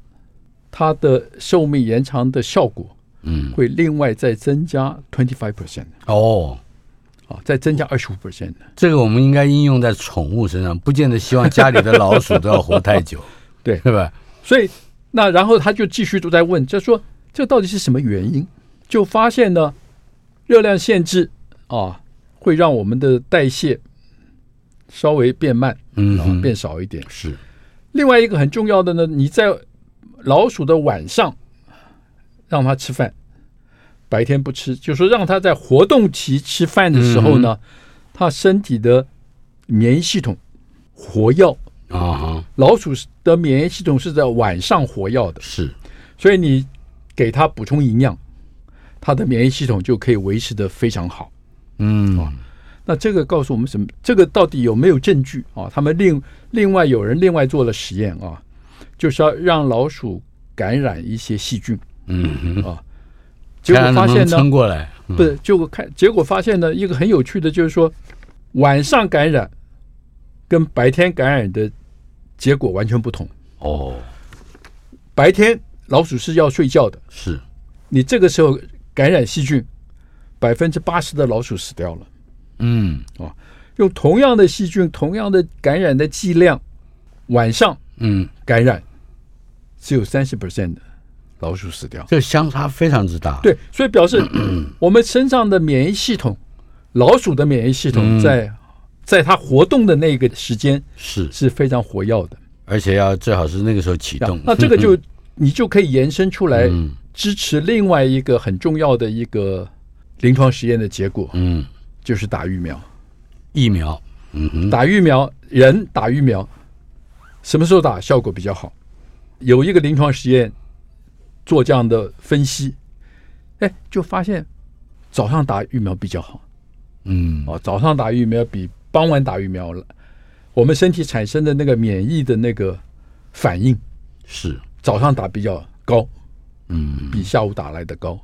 [SPEAKER 3] 它的寿命延长的效果
[SPEAKER 2] 嗯
[SPEAKER 3] 会另外再增加 twenty five percent
[SPEAKER 2] 哦。
[SPEAKER 3] 啊，再增加二十五 percent。
[SPEAKER 2] 这个我们应该应用在宠物身上，不见得希望家里的老鼠都要活太久，
[SPEAKER 3] 对
[SPEAKER 2] 是吧？
[SPEAKER 3] 所以那然后他就继续都在问，就说这到底是什么原因？就发现呢，热量限制啊会让我们的代谢稍微变慢，
[SPEAKER 2] 嗯
[SPEAKER 3] 然后
[SPEAKER 2] 哼，
[SPEAKER 3] 啊变少一点。
[SPEAKER 2] 是
[SPEAKER 3] 另外一个很重要的呢，你在老鼠的晚上让它吃饭，白天不吃，就是说让它在活动期吃饭的时候
[SPEAKER 2] 嗯
[SPEAKER 3] 呢，它身体的免疫系统活跃。
[SPEAKER 2] 啊哈，
[SPEAKER 3] 老鼠的免疫系统是在晚上活跃的，
[SPEAKER 2] 是
[SPEAKER 3] 所以你给它补充营养，它的免疫系统就可以维持的非常好。哦
[SPEAKER 2] 嗯
[SPEAKER 3] 那这个告诉我们什么？这个到底有没有证据啊？他们另另外有人另外做了实验啊，就是要让老鼠感染一些细菌，
[SPEAKER 2] 嗯哼，
[SPEAKER 3] 结果
[SPEAKER 2] 看能
[SPEAKER 3] 发
[SPEAKER 2] 不
[SPEAKER 3] 现
[SPEAKER 2] 能撑
[SPEAKER 3] 呢，
[SPEAKER 2] 过来，嗯
[SPEAKER 3] 不是，结果看结果发现呢，一个很有趣的就是说，晚上感染跟白天感染的结果完全不同。
[SPEAKER 2] 哦，
[SPEAKER 3] 白天老鼠是要睡觉的，
[SPEAKER 2] 是
[SPEAKER 3] 你这个时候感染细菌，百分之八十的老鼠死掉了。
[SPEAKER 2] 嗯
[SPEAKER 3] 用同样的细菌、同样的感染的剂量，晚上
[SPEAKER 2] 嗯，
[SPEAKER 3] 感染只有三十 percent 的老鼠死掉。
[SPEAKER 2] 这相差非常之大，，
[SPEAKER 3] 对，所以表 示我们身上的免疫系统，老鼠的免疫系统在、在它活动的那个时间
[SPEAKER 2] 是，
[SPEAKER 3] 是非常活跃的。
[SPEAKER 2] 而且要最好是那个时候启动，
[SPEAKER 3] 那这个就你就可以延伸出来
[SPEAKER 2] 嗯
[SPEAKER 3] 支持另外一个很重要的一个临床实验的结果，
[SPEAKER 2] 嗯
[SPEAKER 3] 就是打疫苗。
[SPEAKER 2] 疫苗，嗯哼，
[SPEAKER 3] 打疫苗，人打疫苗，什么时候打效果比较好？有一个临床实验做这样的分析，哎，就发现早上打疫苗比较好
[SPEAKER 2] 嗯
[SPEAKER 3] 哦，早上打疫苗比傍晚打疫苗我们身体产生的那个免疫的那个反应，
[SPEAKER 2] 是。
[SPEAKER 3] 早上打比较高，
[SPEAKER 2] 嗯，
[SPEAKER 3] 比下午打来的高。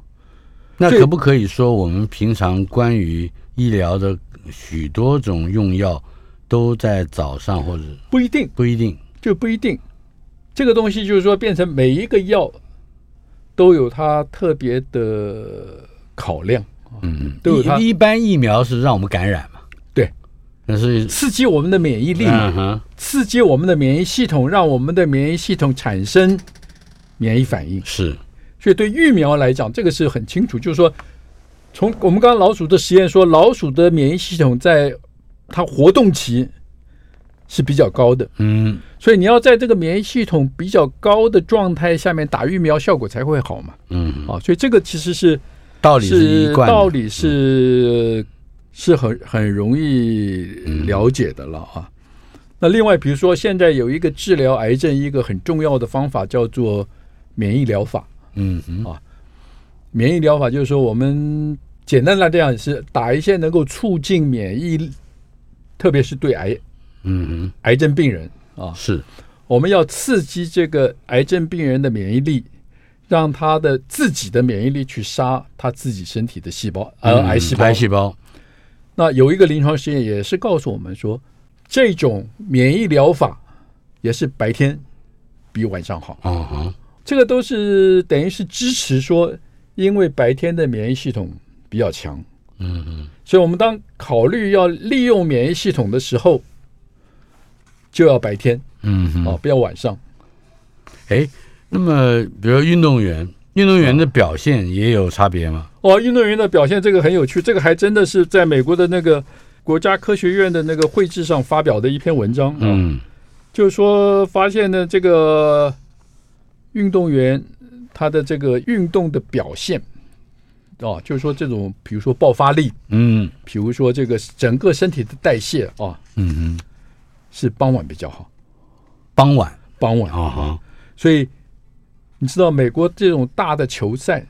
[SPEAKER 2] 那
[SPEAKER 3] 这
[SPEAKER 2] 可不可以说，我们平常关于医疗的许多种用药，都在早上或者
[SPEAKER 3] 不一定，
[SPEAKER 2] 不一定？
[SPEAKER 3] 就不一定。这个东西就是说，变成每一个药都有它特别的考量，
[SPEAKER 2] 嗯，
[SPEAKER 3] 都有它
[SPEAKER 2] 一一般疫苗是让我们感染嘛？
[SPEAKER 3] 对，
[SPEAKER 2] 那是
[SPEAKER 3] 刺激我们的免疫力嘛，
[SPEAKER 2] 嗯哼，
[SPEAKER 3] 刺激我们的免疫系统，让我们的免疫系统产生免疫反应。
[SPEAKER 2] 是
[SPEAKER 3] 所以对疫苗来讲，这个是很清楚，就是说，从我们刚刚老鼠的实验说，老鼠的免疫系统在它活动期是比较高的，
[SPEAKER 2] 嗯
[SPEAKER 3] 所以你要在这个免疫系统比较高的状态下面打疫苗，效果才会好嘛。
[SPEAKER 2] 嗯，
[SPEAKER 3] 啊，所以这个其实是
[SPEAKER 2] 道理一
[SPEAKER 3] 是
[SPEAKER 2] 贯的嗯
[SPEAKER 3] 道理是是很很容易了解的了啊。那另外，比如说现在有一个治疗癌症一个很重要的方法叫做免疫疗法。
[SPEAKER 2] 嗯嗯
[SPEAKER 3] 免疫疗法就是说，我们简单来讲是打一些能够促进免疫，特别是对癌
[SPEAKER 2] 嗯
[SPEAKER 3] 癌症病人，
[SPEAKER 2] 嗯，是
[SPEAKER 3] 我们要刺激这个癌症病人的免疫力，让他的自己的免疫力去杀他自己身体的细胞，呃，
[SPEAKER 2] 嗯
[SPEAKER 3] 癌细胞。
[SPEAKER 2] 癌细胞，
[SPEAKER 3] 那有一个临床实验也是告诉我们说，这种免疫疗法也是白天比晚上好。
[SPEAKER 2] 嗯哼，
[SPEAKER 3] 这个都是等于是支持说，因为白天的免疫系统比较强，
[SPEAKER 2] 嗯嗯，
[SPEAKER 3] 所以我们当考虑要利用免疫系统的时候，就要白天
[SPEAKER 2] 嗯哼
[SPEAKER 3] 啊，不要晚上。
[SPEAKER 2] 哎，那么比如运动员，运动员的表现也有差别吗？
[SPEAKER 3] 哦，运动员的表现这个很有趣，这个还真的是在美国的那个国家科学院的那个会志上发表的一篇文章。啊，
[SPEAKER 2] 嗯
[SPEAKER 3] 就是说发现呢，这个运动员他的这个运动的表现，哦，就是说这种比如说爆发力，
[SPEAKER 2] 嗯
[SPEAKER 3] 比如说这个整个身体的代谢啊、哦
[SPEAKER 2] 嗯哼，
[SPEAKER 3] 是傍晚比较好，
[SPEAKER 2] 傍晚
[SPEAKER 3] 傍晚。
[SPEAKER 2] 啊哈，
[SPEAKER 3] 所以你知道，美国这种大的球赛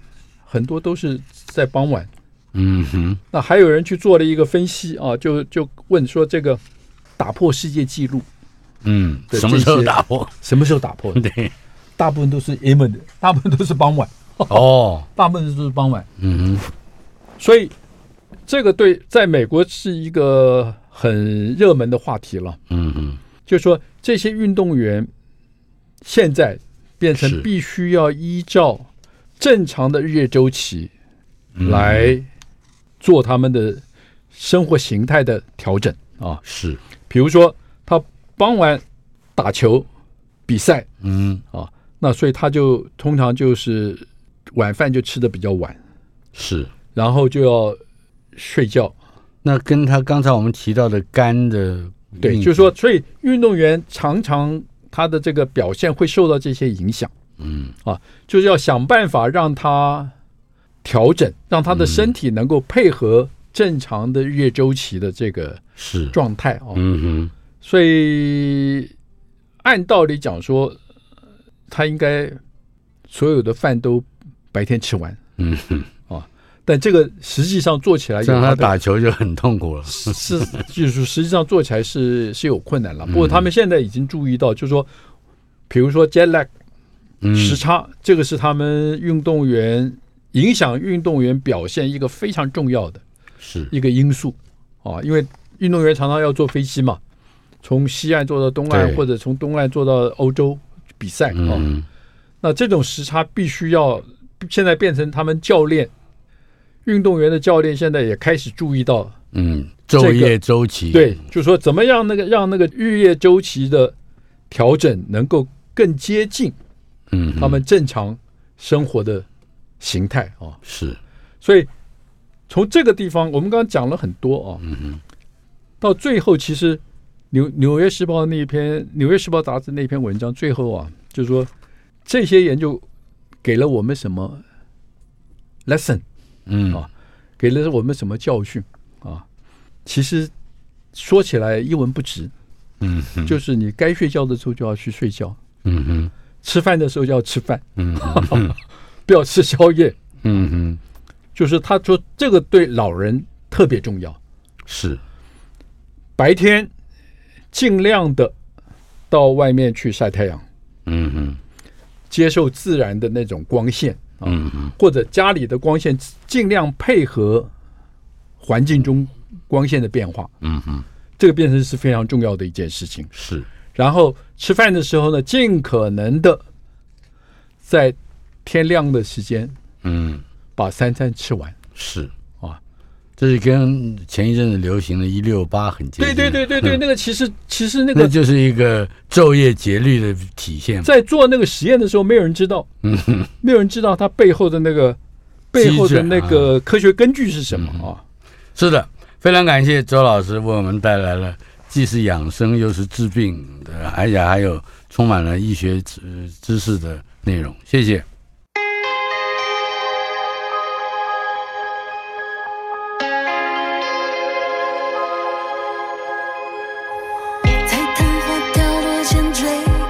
[SPEAKER 3] 很多都是在傍晚。
[SPEAKER 2] 嗯哼，
[SPEAKER 3] 那还有人去做了一个分析啊，就就问说这个打破世界纪录
[SPEAKER 2] 嗯，
[SPEAKER 3] 对
[SPEAKER 2] 什么时
[SPEAKER 3] 这
[SPEAKER 2] 候
[SPEAKER 3] 些
[SPEAKER 2] 打破？
[SPEAKER 3] 什么时候打破的？
[SPEAKER 2] 对，
[SPEAKER 3] 大部分都是 i m 的，大部分都是傍晚，
[SPEAKER 2] 哦，
[SPEAKER 3] 大部分都是傍晚。
[SPEAKER 2] 嗯哼，
[SPEAKER 3] 所以这个对在美国是一个很热门的话题了，
[SPEAKER 2] 嗯哼，
[SPEAKER 3] 就是说这些运动员现在变
[SPEAKER 2] 是
[SPEAKER 3] 成必须要依照正常的日夜周期嗯来做他们的生活形态的调整啊。
[SPEAKER 2] 哦是，
[SPEAKER 3] 比如说他傍晚打球比赛，
[SPEAKER 2] 嗯
[SPEAKER 3] 那所以他就通常就是晚饭就吃的比较晚，
[SPEAKER 2] 是。
[SPEAKER 3] 然后就要睡觉。
[SPEAKER 2] 那跟他刚才我们提到的肝的病，
[SPEAKER 3] 对，就是说，所以运动员常常他的这个表现会受到这些影响，啊
[SPEAKER 2] 嗯
[SPEAKER 3] 就是要想办法让他调整，让他的身体能够配合正常的日夜周期的这个
[SPEAKER 2] 是，
[SPEAKER 3] 状态啊。
[SPEAKER 2] 嗯哼，
[SPEAKER 3] 所以按道理讲说，他应该所有的饭都白天吃完，
[SPEAKER 2] 嗯哼，
[SPEAKER 3] 但这个实际上做起来有
[SPEAKER 2] 这样他
[SPEAKER 3] 它的
[SPEAKER 2] 打球就很痛苦了。
[SPEAKER 3] 是就是实际上做起来是是有困难了。不过他们现在已经注意到，就是说，比如说 jet lag
[SPEAKER 2] 嗯，
[SPEAKER 3] 时差，这个是他们运动员影响运动员表现一个非常重要的
[SPEAKER 2] 是，
[SPEAKER 3] 一个因素啊，因为运动员常常要坐飞机嘛，从西岸坐到东岸，
[SPEAKER 2] 对
[SPEAKER 3] 或者从东岸坐到欧洲比赛啊。
[SPEAKER 2] 嗯
[SPEAKER 3] 那这种时差必须要现在变成他们教练、运动员的教练现在也开始注意到，
[SPEAKER 2] 嗯，昼夜周期，
[SPEAKER 3] 对，就说怎么样那个让那个日夜周期的调整能够更接近
[SPEAKER 2] 嗯哼，
[SPEAKER 3] 他们正常生活的形态啊、
[SPEAKER 2] 是，
[SPEAKER 3] 所以从这个地方，我们刚刚讲了很多
[SPEAKER 2] 嗯
[SPEAKER 3] 啊，到最后其实纽纽约时报那一篇《纽约时报》杂志那篇文章，最后啊，就是说这些研究给了我们什么 lesson，
[SPEAKER 2] 嗯
[SPEAKER 3] 啊给了我们什么教训啊？其实说起来一文不值，
[SPEAKER 2] 嗯哼，
[SPEAKER 3] 就是你该睡觉的时候就要去睡觉，
[SPEAKER 2] 嗯哼，
[SPEAKER 3] 吃饭的时候就要吃饭，
[SPEAKER 2] 嗯哼，
[SPEAKER 3] 不要吃宵夜。
[SPEAKER 2] 嗯哼，
[SPEAKER 3] 就是他说这个对老人特别重要。
[SPEAKER 2] 是，
[SPEAKER 3] 白天尽量的到外面去晒太阳，
[SPEAKER 2] 嗯哼，
[SPEAKER 3] 接受自然的那种光线，
[SPEAKER 2] 嗯哼，
[SPEAKER 3] 或者家里的光线尽量配合环境中光线的变化，
[SPEAKER 2] 嗯哼，
[SPEAKER 3] 这个变成是非常重要的一件事情。
[SPEAKER 2] 是，
[SPEAKER 3] 然后吃饭的时候呢，尽可能的在天亮的时间
[SPEAKER 2] 嗯
[SPEAKER 3] 把三餐吃完。
[SPEAKER 2] 是，哇，这是跟前一阵子流行的“一六八”很接
[SPEAKER 3] 对
[SPEAKER 2] 近，啊
[SPEAKER 3] 对对对对，那个其实其实那
[SPEAKER 2] 那
[SPEAKER 3] 个
[SPEAKER 2] 就是一个昼夜节律的体现。
[SPEAKER 3] 在做那个实验的时候，没有人知道，没有人知道它背后的那个背后的那个科学根据是什么啊？
[SPEAKER 2] 是的，非常感谢周老师为我们带来了既是养生又是治病的，而且还有充满了医学知知识的内容。谢谢。
[SPEAKER 4] 在昙花凋落间追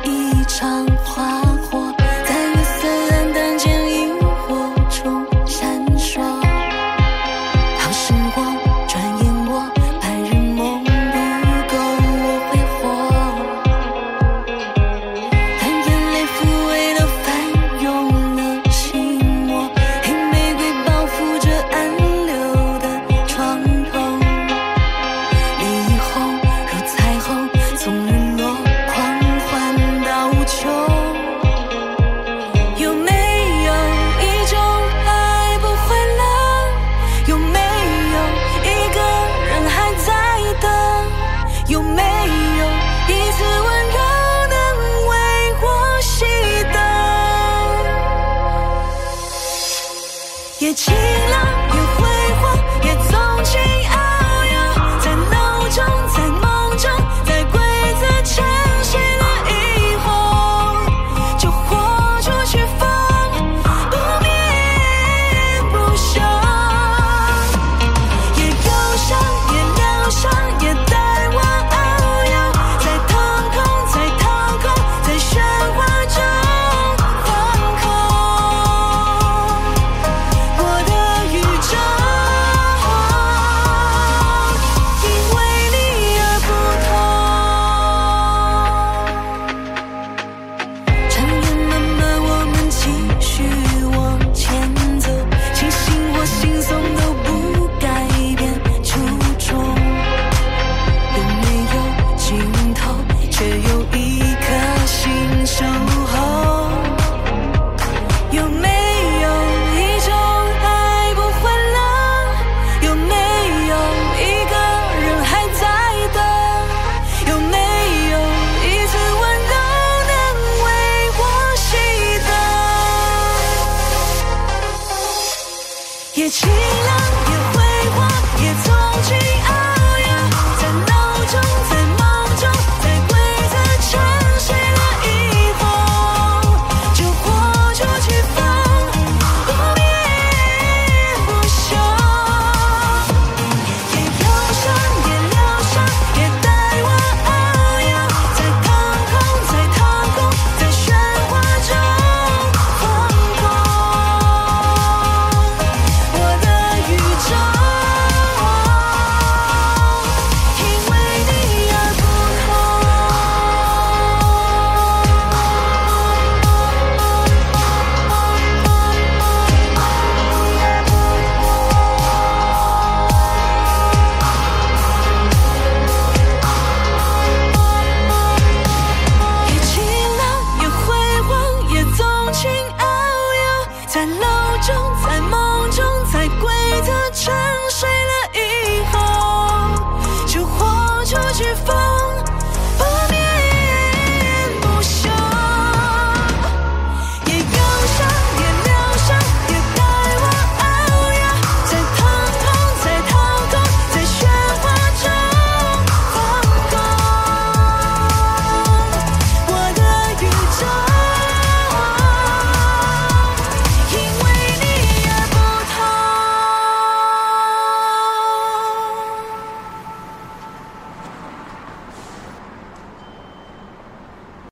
[SPEAKER 4] 一场花火，在月色黯淡间萤火虫闪烁。好时光转眼过，白日梦不够我挥霍。但眼泪抚慰了翻涌的心魔，黑玫瑰包覆着暗流的创痛。李一红如彩虹，从日落狂欢到无穷。有没有一种爱不会冷？有没有一个人还在等？有没有一次温柔能为我熄灯？也请你